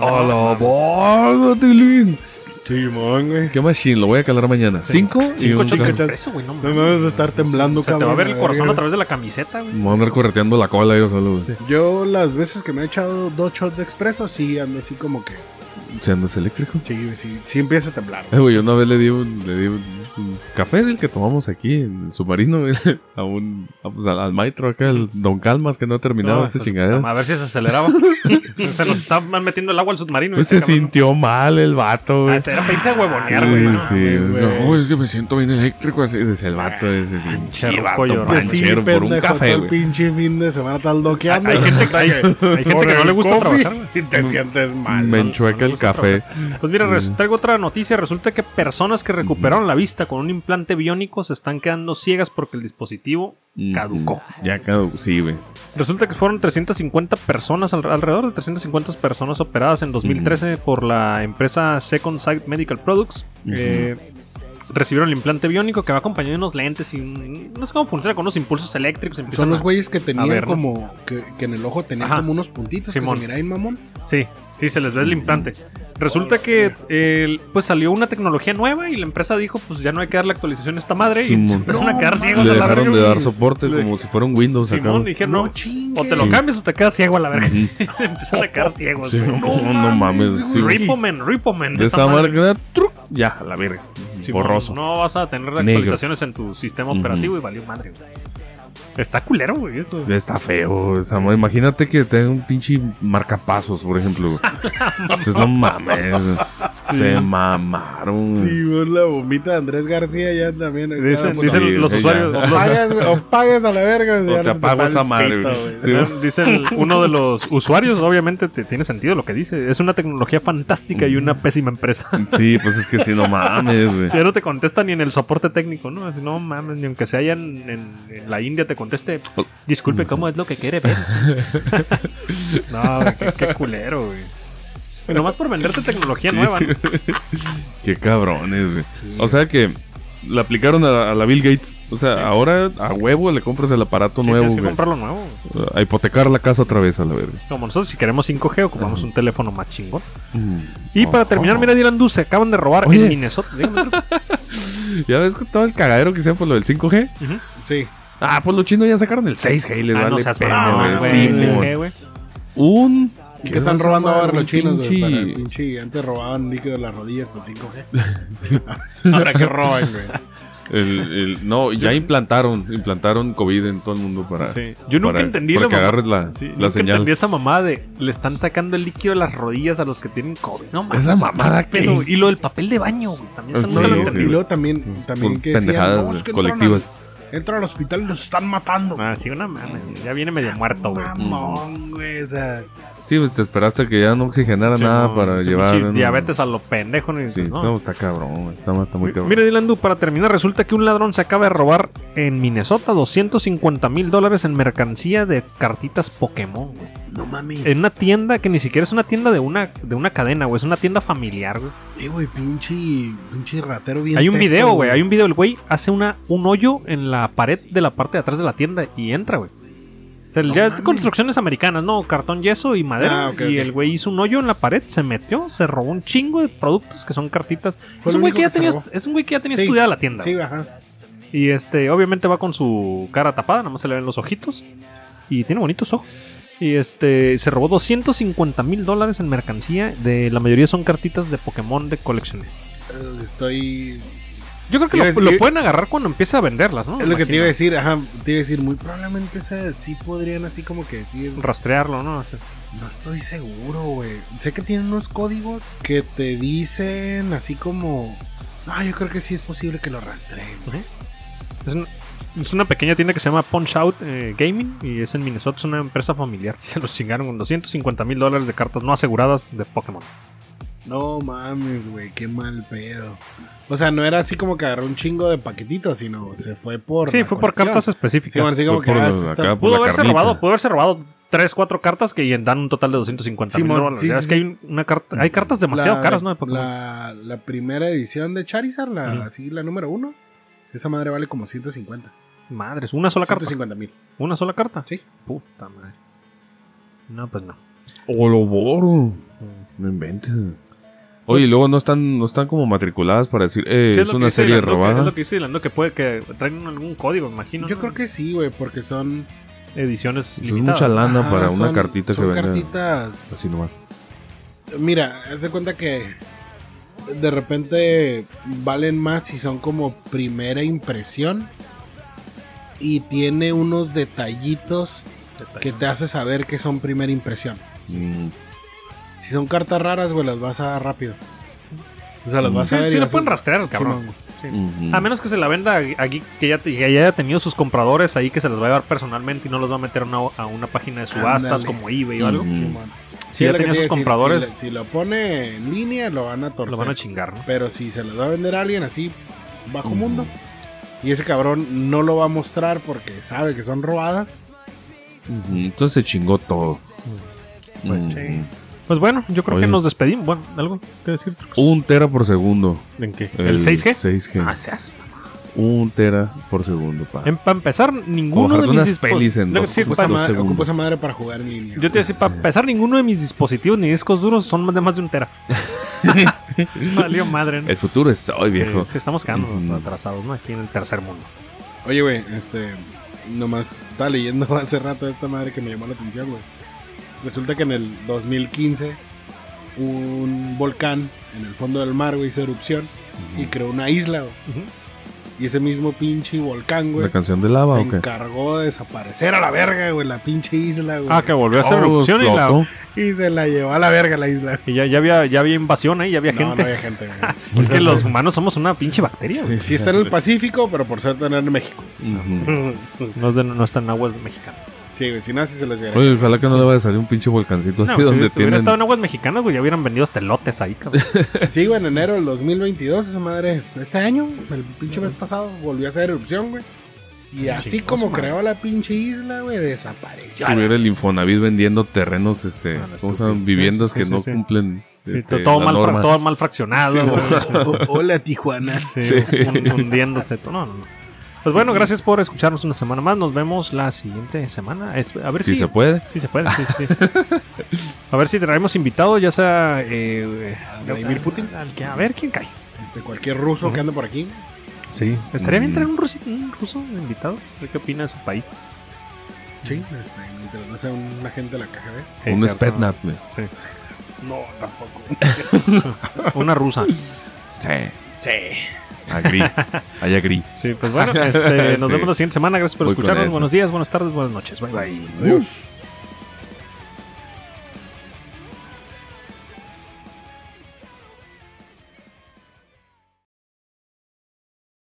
Speaker 4: ¡Hola, bordo, Tilín!
Speaker 3: Simón, güey.
Speaker 4: ¿Qué machine? Lo voy a calar mañana. ¿Cinco? y
Speaker 2: Cinco
Speaker 4: un
Speaker 2: chotas
Speaker 4: café.
Speaker 2: de expreso, güey, no
Speaker 3: No
Speaker 2: mames.
Speaker 3: me vas a estar temblando,
Speaker 2: Se te va a
Speaker 3: cabrón,
Speaker 2: ver el
Speaker 3: la
Speaker 2: corazón
Speaker 3: verga.
Speaker 2: a través de la camiseta, güey.
Speaker 4: Me voy a andar correteando la cola yo solo, güey.
Speaker 3: Yo las veces que me he echado dos shots de expreso, sí ando así como que.
Speaker 4: ¿Se andas eléctrico?
Speaker 3: Sí, sí, sí empieza a temblar.
Speaker 4: Eh,
Speaker 3: güey.
Speaker 4: güey, yo una vez le di un, le di un, un café del que tomamos aquí en el submarino, güey, a un, a, pues, al, al maestro acá, el Don Calmas, que no ha terminado
Speaker 2: No,
Speaker 3: este
Speaker 4: esta
Speaker 2: pues,
Speaker 4: chingadera.
Speaker 2: A ver si se aceleraba. se se nos está metiendo el agua al submarino.
Speaker 4: Pues se
Speaker 2: este cabrón.
Speaker 4: sintió mal el vato, güey.
Speaker 2: Ah, se era para irse a huevonear,
Speaker 4: Sí,
Speaker 2: güey.
Speaker 4: sí,
Speaker 3: mames, güey.
Speaker 4: no, güey, es que me siento bien eléctrico. Así es el vato, ese pinche
Speaker 2: Sí,
Speaker 4: vato
Speaker 2: vato llorón.
Speaker 3: Que sí,
Speaker 4: ranchero por un
Speaker 3: pendejo,
Speaker 4: café,
Speaker 3: todo el
Speaker 4: güey.
Speaker 3: pinche fin de semana tal loqueando.
Speaker 2: Hay gente, que- hay- hay gente que no le gusta trabajar, güey.
Speaker 3: Y te sientes mal.
Speaker 4: Me
Speaker 3: ¿no?
Speaker 4: enchueca
Speaker 2: no le
Speaker 4: el
Speaker 2: gusta
Speaker 4: café.
Speaker 2: Pues mira,
Speaker 3: Mm.
Speaker 2: res- traigo otra noticia. Resulta que personas que recuperaron la vista con un implante biónico se están quedando ciegas porque el dispositivo caducó.
Speaker 4: Ya caducó, sí, güey.
Speaker 2: Resulta que fueron 350 personas, al- alrededor de 350 personas operadas en 2013 por la empresa Second Sight Medical Products. Eh, recibieron el implante biónico que va acompañado de unos lentes y un- no sé cómo funciona con unos impulsos eléctricos. empiezan
Speaker 3: Son los
Speaker 2: a-
Speaker 3: güeyes que tenían
Speaker 2: ver, ¿no?
Speaker 3: como. Que, que en el ojo tenían
Speaker 2: Ajá.
Speaker 3: como unos puntitos
Speaker 2: Simón.
Speaker 3: que se miraban, mamón.
Speaker 2: Sí, sí, se les ve el implante. Resulta que eh, pues salió una tecnología nueva y la empresa dijo, pues ya no hay que darle actualización a esta madre y
Speaker 4: Simón.
Speaker 2: se empezaron a
Speaker 3: No,
Speaker 2: quedar ciegos
Speaker 4: Le
Speaker 2: a la verga.
Speaker 4: dejaron de dar
Speaker 3: Reyes.
Speaker 4: soporte
Speaker 2: Le-
Speaker 4: como si fuera un Windows.
Speaker 2: Simón
Speaker 4: acá.
Speaker 2: dijeron,
Speaker 3: No
Speaker 2: no,
Speaker 3: chingues.
Speaker 2: o te lo
Speaker 4: Sí.
Speaker 2: cambias o te quedas ciego a la verga.
Speaker 4: Ujú.
Speaker 2: Y pues, se empezaron a quedar ciegos.
Speaker 4: Sí,
Speaker 2: güey.
Speaker 4: no, no mames. sí.
Speaker 2: Ripoman, Ripoman.
Speaker 4: De esa marca, truc, ya, a la verga.
Speaker 2: Sí,
Speaker 4: Borroso.
Speaker 2: No vas a tener
Speaker 4: Negro.
Speaker 2: actualizaciones en tu sistema
Speaker 4: Ujú.
Speaker 2: operativo y valió madre, güey. Está culero, güey, eso.
Speaker 4: Está feo esa madre. Imagínate que tenga un pinche marcapasos, por ejemplo. güey. Entonces, no mames. Se mamaron.
Speaker 3: Sí, vos la bombita de Andrés García ya también. acá,
Speaker 2: Dicen,
Speaker 3: pues,
Speaker 4: Sí,
Speaker 2: dicen los
Speaker 4: ya.
Speaker 2: usuarios.
Speaker 3: O pagas, güey, o pagas a la verga.
Speaker 4: O te apago esa madre, güey. Sí, güey.
Speaker 2: Dicen uno de los usuarios, obviamente te- tiene sentido lo que dice. Es una tecnología fantástica y una pésima empresa.
Speaker 4: Sí, pues es que sí, no mames, güey.
Speaker 2: Si ya no te contesta ni en el soporte técnico, ¿no? Así, no mames, ni aunque se haya en, en- en la India te conteste, disculpe, ¿cómo es lo que quiere ver? no, güey, qué, qué culero, güey. Y nomás por venderte tecnología nueva, ¿no?
Speaker 4: Qué cabrones, güey. O sea que la aplicaron a, a la Bill Gates. O sea, ahora a huevo le compras el aparato
Speaker 2: Sí,
Speaker 4: nuevo,
Speaker 2: tienes que
Speaker 4: güey.
Speaker 2: comprar lo nuevo. güey.
Speaker 4: A hipotecar la casa otra vez, a la verga.
Speaker 2: Como nosotros, si queremos 5G, ocupamos un teléfono más chingón.
Speaker 4: Mm.
Speaker 2: Y para terminar,
Speaker 4: Ojo.
Speaker 2: mira, Dylan Duce, acaban de robar
Speaker 4: Oye.
Speaker 2: en Minnesota. Dígame, Drew.
Speaker 4: ¿Ya ves que todo el cagadero que hicieron por lo del 5G?
Speaker 2: Ujú.
Speaker 3: Sí.
Speaker 4: Ah, pues los chinos ya sacaron el 6G y les
Speaker 2: Ah,
Speaker 4: vale
Speaker 2: no seas
Speaker 4: pena,
Speaker 2: mamón,
Speaker 4: güey.
Speaker 2: güey.
Speaker 4: Sí,
Speaker 2: 6G,
Speaker 4: güey.
Speaker 2: güey.
Speaker 4: Un...
Speaker 3: Y que están robando ahora los chinos, güey. Para el
Speaker 4: pinche-
Speaker 3: pinche. Antes robaban líquido de las rodillas por 5G. ahora que roban, güey.
Speaker 4: el- el- no, ya implantaron, implantaron COVID en todo el mundo para...
Speaker 2: Sí. Yo nunca
Speaker 4: para-
Speaker 2: entendí
Speaker 4: para
Speaker 2: la
Speaker 4: que
Speaker 2: mamá-
Speaker 4: agarres la,
Speaker 2: Sí,
Speaker 4: la
Speaker 2: nunca
Speaker 4: señal.
Speaker 2: entendí esa mamada de le están sacando el líquido de las rodillas a los que tienen COVID. No mames.
Speaker 4: Esa mamada que...
Speaker 2: Pero, y lo del papel de baño, güey. También se
Speaker 4: Sí,
Speaker 3: No,
Speaker 2: nunca lo
Speaker 3: y luego-
Speaker 2: entendí.
Speaker 3: y
Speaker 4: güey.
Speaker 3: luego también, también que decían,
Speaker 4: pendejadas,
Speaker 3: "No, es que
Speaker 4: güey,
Speaker 3: entran
Speaker 4: colectivas.
Speaker 3: al- Entran al hospital y los están matando.
Speaker 2: Ah, sí, una mame. Ya viene medio
Speaker 3: Seas
Speaker 2: muerto, güey.
Speaker 3: Mamón, güey. O sea,
Speaker 4: Sí, pues te esperaste que ya no oxigenara
Speaker 2: Sí,
Speaker 4: nada
Speaker 2: no,
Speaker 4: para
Speaker 2: sí,
Speaker 4: llevar...
Speaker 2: pinche
Speaker 4: ¿no?
Speaker 2: Diabetes a lo pendejo. ¿no? Y
Speaker 4: Sí,
Speaker 2: dices, no.
Speaker 4: no, está cabrón, güey. está, está muy cabrón.
Speaker 2: Mira, Dylan Du, para terminar, resulta que un ladrón se acaba de robar en Minnesota 250 mil dólares en mercancía de cartitas Pokémon, güey.
Speaker 3: no mames.
Speaker 2: En una tienda que ni siquiera es una tienda de una, de una cadena, güey. Es una tienda familiar, güey.
Speaker 3: Eh, güey, pinche, pinche ratero bien.
Speaker 2: Hay un
Speaker 3: teto,
Speaker 2: video, güey. Hay un video. El güey hace una, un hoyo en la pared de la parte de atrás de la tienda y entra, güey. O sea,
Speaker 3: No
Speaker 2: ya es
Speaker 3: mames.
Speaker 2: construcciones americanas, ¿no? Cartón, yeso y madera.
Speaker 3: Ah, ok,
Speaker 2: y
Speaker 3: ok.
Speaker 2: el güey hizo un hoyo en la pared, se metió, se robó un chingo de productos que son cartitas.
Speaker 3: Fue
Speaker 2: Es
Speaker 3: lo
Speaker 2: un, güey
Speaker 3: único
Speaker 2: que ya
Speaker 3: que se
Speaker 2: tenía,
Speaker 3: robó.
Speaker 2: es un güey que ya tenía
Speaker 3: Sí.
Speaker 2: estudiada la tienda.
Speaker 3: Sí,
Speaker 2: güey.
Speaker 3: ajá.
Speaker 2: y este, obviamente va con su cara tapada, nada más se le ven los ojitos. Y tiene bonitos ojos. Y este, se robó 250 mil dólares en mercancía. De la mayoría son cartitas de Pokémon de colecciones.
Speaker 3: Eh, Estoy.
Speaker 2: Yo creo que
Speaker 3: Iba
Speaker 2: lo,
Speaker 3: a decir-
Speaker 2: lo pueden agarrar cuando empiece a venderlas, ¿no?
Speaker 3: Es lo que te iba a
Speaker 2: Imagino.
Speaker 3: decir, ajá. Te iba a decir, muy probablemente esa sí podrían así como que decir.
Speaker 2: Rastrearlo, ¿no? Así.
Speaker 3: No estoy seguro, güey. Sé que tienen unos códigos que te dicen así como. Ah, yo creo que sí es posible que lo rastreen.
Speaker 2: Es, un- es una pequeña tienda que se llama Punch Out eh, Gaming y es en Minnesota, es una empresa familiar. Se los chingaron con 250 mil dólares de cartas no aseguradas de Pokémon.
Speaker 3: No mames, güey, qué mal pedo. O sea, no era así como que agarró un chingo de paquetitos, sino se fue por.
Speaker 2: sí,
Speaker 3: la
Speaker 2: fue por
Speaker 3: colección.
Speaker 2: cartas específicas.
Speaker 3: Sí, bueno, así como
Speaker 4: Fue
Speaker 3: que.
Speaker 4: por
Speaker 3: ah,
Speaker 4: lo
Speaker 3: sí
Speaker 4: de
Speaker 3: está-
Speaker 4: acá, por
Speaker 2: pudo
Speaker 4: la
Speaker 2: haberse
Speaker 4: carnita.
Speaker 2: robado, pudo haberse robado 3, 4 cartas que dan un total de 250 mil
Speaker 3: Simón,
Speaker 2: dólares.
Speaker 3: sí,
Speaker 2: Ya
Speaker 3: sí,
Speaker 2: es que hay,
Speaker 3: sí.
Speaker 2: un- una carta, hay cartas demasiado
Speaker 3: la-
Speaker 2: caras, ¿no? De Pokémon.
Speaker 3: La, la primera edición de Charizard, la,
Speaker 2: Ujú.
Speaker 3: así la número uno. Esa madre vale como 150.
Speaker 2: Madres, una sola carta.
Speaker 3: 150 mil.
Speaker 2: Una sola carta.
Speaker 3: Sí.
Speaker 2: Puta madre. No, pues no.
Speaker 4: Oloboro. No inventes. Oye, y luego no están, no están como matriculadas para decir, eh,
Speaker 2: Sí,
Speaker 4: es
Speaker 2: lo que
Speaker 4: una
Speaker 2: dice
Speaker 4: serie
Speaker 2: Dylan Duke, Es
Speaker 4: robada.
Speaker 2: lo que dice Dylan Duke, que puede que traigan algún código, me imagino.
Speaker 3: Yo
Speaker 2: ¿no?
Speaker 3: creo que sí, güey, porque son.
Speaker 2: ediciones
Speaker 4: Es Pues, mucha
Speaker 2: limitadas.
Speaker 4: lana
Speaker 3: ajá,
Speaker 4: para una
Speaker 3: son-
Speaker 4: cartita que
Speaker 3: son
Speaker 4: venga
Speaker 3: cartitas.
Speaker 4: así nomás.
Speaker 3: Mira, haz de cuenta que. De repente valen más si son como primera impresión. Y tiene unos detallitos que te hace saber que son primera impresión.
Speaker 4: Mm,
Speaker 3: Si son cartas raras, güey, las vas a dar rápido. O sea, las
Speaker 4: Mm.
Speaker 3: vas a
Speaker 2: Sí,
Speaker 3: ver.
Speaker 2: sí
Speaker 3: y
Speaker 2: lo
Speaker 3: vas a-
Speaker 2: pueden rastrear al
Speaker 3: Simón,
Speaker 2: cabrón.
Speaker 3: güey.
Speaker 4: ujú.
Speaker 2: A menos que se la venda a a geeks que ya, te- que ya haya tenido sus compradores ahí que se las va a llevar personalmente y no los va a meter a una, a una página de subastas
Speaker 3: Ándale.
Speaker 2: como eBay o algo.
Speaker 4: Ujú.
Speaker 3: Simón.
Speaker 2: Si
Speaker 3: es
Speaker 2: Mm. ya
Speaker 3: lo
Speaker 2: tenía
Speaker 3: que
Speaker 2: sus
Speaker 3: te iba a decir,
Speaker 2: compradores,
Speaker 3: Si, le- si lo pone en línea, lo van a torcer.
Speaker 2: lo van a chingar, ¿no?
Speaker 3: Pero si se lo va a vender a alguien así, bajo mundo. Y ese cabrón no lo va a mostrar porque sabe que son robadas.
Speaker 4: mm, Ujú, Entonces se chingó todo.
Speaker 3: Pues
Speaker 4: Mm.
Speaker 3: sí.
Speaker 2: Pues bueno, yo creo
Speaker 4: Oye.
Speaker 2: que nos despedimos. Bueno, algo que decir.
Speaker 4: Un tera por segundo.
Speaker 2: ¿En qué? ¿El, 6G?
Speaker 4: 6G.
Speaker 2: Ah, seas-
Speaker 4: Un tera por segundo, pa.
Speaker 2: En- Em, Para empezar, ninguno
Speaker 4: Ojalá
Speaker 2: de mis
Speaker 4: unas
Speaker 2: dispos-
Speaker 4: pelis en
Speaker 2: Lo que
Speaker 4: dos-
Speaker 2: te iba a
Speaker 3: Ocupo esa,
Speaker 4: Pues
Speaker 2: decir,
Speaker 4: dos
Speaker 2: pa-
Speaker 3: madre,
Speaker 4: segundos.
Speaker 3: ocupo esa madre para jugar en línea.
Speaker 2: Yo te iba a decir, para empezar, ninguno de mis dispositivos ni discos duros son más de más de un tera. Valió madre, ¿no?
Speaker 4: El futuro es hoy, viejo. Mm.
Speaker 2: Sí, sí, estamos quedando
Speaker 4: Ujú.
Speaker 2: atrasados, ¿no? Aquí en el tercer mundo.
Speaker 3: Oye, güey, este. Nomás estaba leyendo hace rato esta madre que me llamó la atención, güey. Resulta que en el 2015, un volcán en el fondo del mar, güey, hizo erupción y creó una isla, güey. Y ese mismo pinche volcán, güey,
Speaker 4: ¿La canción de lava
Speaker 3: se
Speaker 4: o qué?
Speaker 3: encargó de desaparecer a la verga, güey, la pinche isla, güey.
Speaker 2: Ah, que volvió a hacer
Speaker 4: Oh,
Speaker 2: erupción y, la-
Speaker 4: explotó.
Speaker 3: Y se la llevó a la verga la isla.
Speaker 2: y ya, ya había, ya había invasión ahí, ya había
Speaker 3: No,
Speaker 2: gente.
Speaker 3: no había gente, güey.
Speaker 2: Es que los humanos somos una pinche bacteria. güey.
Speaker 3: Sí está en el Pacífico, pero por suerte no en México.
Speaker 4: Ujú.
Speaker 2: No, es de- no están aguas mexicanas.
Speaker 3: Sí, güey, si no, sí se los llevaría.
Speaker 4: Oye, ojalá que no le vaya a salir un pinche volcancito
Speaker 2: No,
Speaker 4: así
Speaker 2: si
Speaker 4: donde
Speaker 2: hubiera
Speaker 4: tienen.
Speaker 2: estado en aguas mexicanas, güey, ya hubieran vendido hasta elotes ahí, cabrón.
Speaker 3: Sí, güey, en enero del 2022, esa madre. Este año, el pinche mes pasado, volvió a hacer erupción, güey. Y así
Speaker 2: Chingos,
Speaker 3: como
Speaker 2: madre.
Speaker 3: creó la pinche isla, güey, desapareció.
Speaker 4: Tuviera el Infonavit vendiendo terrenos, este,
Speaker 2: Ah, no,
Speaker 4: ¿cómo se
Speaker 2: estúpido.
Speaker 4: llaman? Viviendas
Speaker 2: Sí,
Speaker 4: que
Speaker 2: sí,
Speaker 4: no
Speaker 2: sí.
Speaker 4: cumplen
Speaker 2: Sí,
Speaker 4: este,
Speaker 2: todo,
Speaker 4: la
Speaker 2: mal fra-
Speaker 4: norma.
Speaker 2: todo mal fraccionado,
Speaker 4: Sí,
Speaker 2: güey.
Speaker 3: Hola, Tijuana.
Speaker 2: Sí, hun- hundiéndose. todo. No, no, no. Pues bueno, gracias por escucharnos una semana más. Nos vemos la siguiente semana. Es- a ver
Speaker 4: Si
Speaker 2: si,
Speaker 4: se puede.
Speaker 2: Sí, se puede, sí, sí. A ver si traemos invitado, ya sea. eh,
Speaker 3: ¿A Vladimir Putin?
Speaker 2: al que- a ver quién cae.
Speaker 3: Este, cualquier ruso que ande por aquí.
Speaker 2: Sí. Estaría bien
Speaker 4: Mm.
Speaker 2: traer un ruso, un ruso invitado. A ver qué opina de su país.
Speaker 3: Sí, este, mientras no sea un agente de la KGB.
Speaker 2: Sí,
Speaker 4: un
Speaker 2: cierto.
Speaker 4: Spetnap, güey.
Speaker 2: Sí.
Speaker 3: No, tampoco.
Speaker 2: Una rusa.
Speaker 4: Sí.
Speaker 3: Sí.
Speaker 4: Agri. Hay agri.
Speaker 2: Sí, pues bueno, este, nos
Speaker 4: Sí.
Speaker 2: vemos la siguiente semana. Gracias por
Speaker 4: Voy con
Speaker 2: escucharnos.
Speaker 4: eso.
Speaker 2: Buenos días, buenas tardes, buenas noches. Bye, bye.
Speaker 3: Adiós.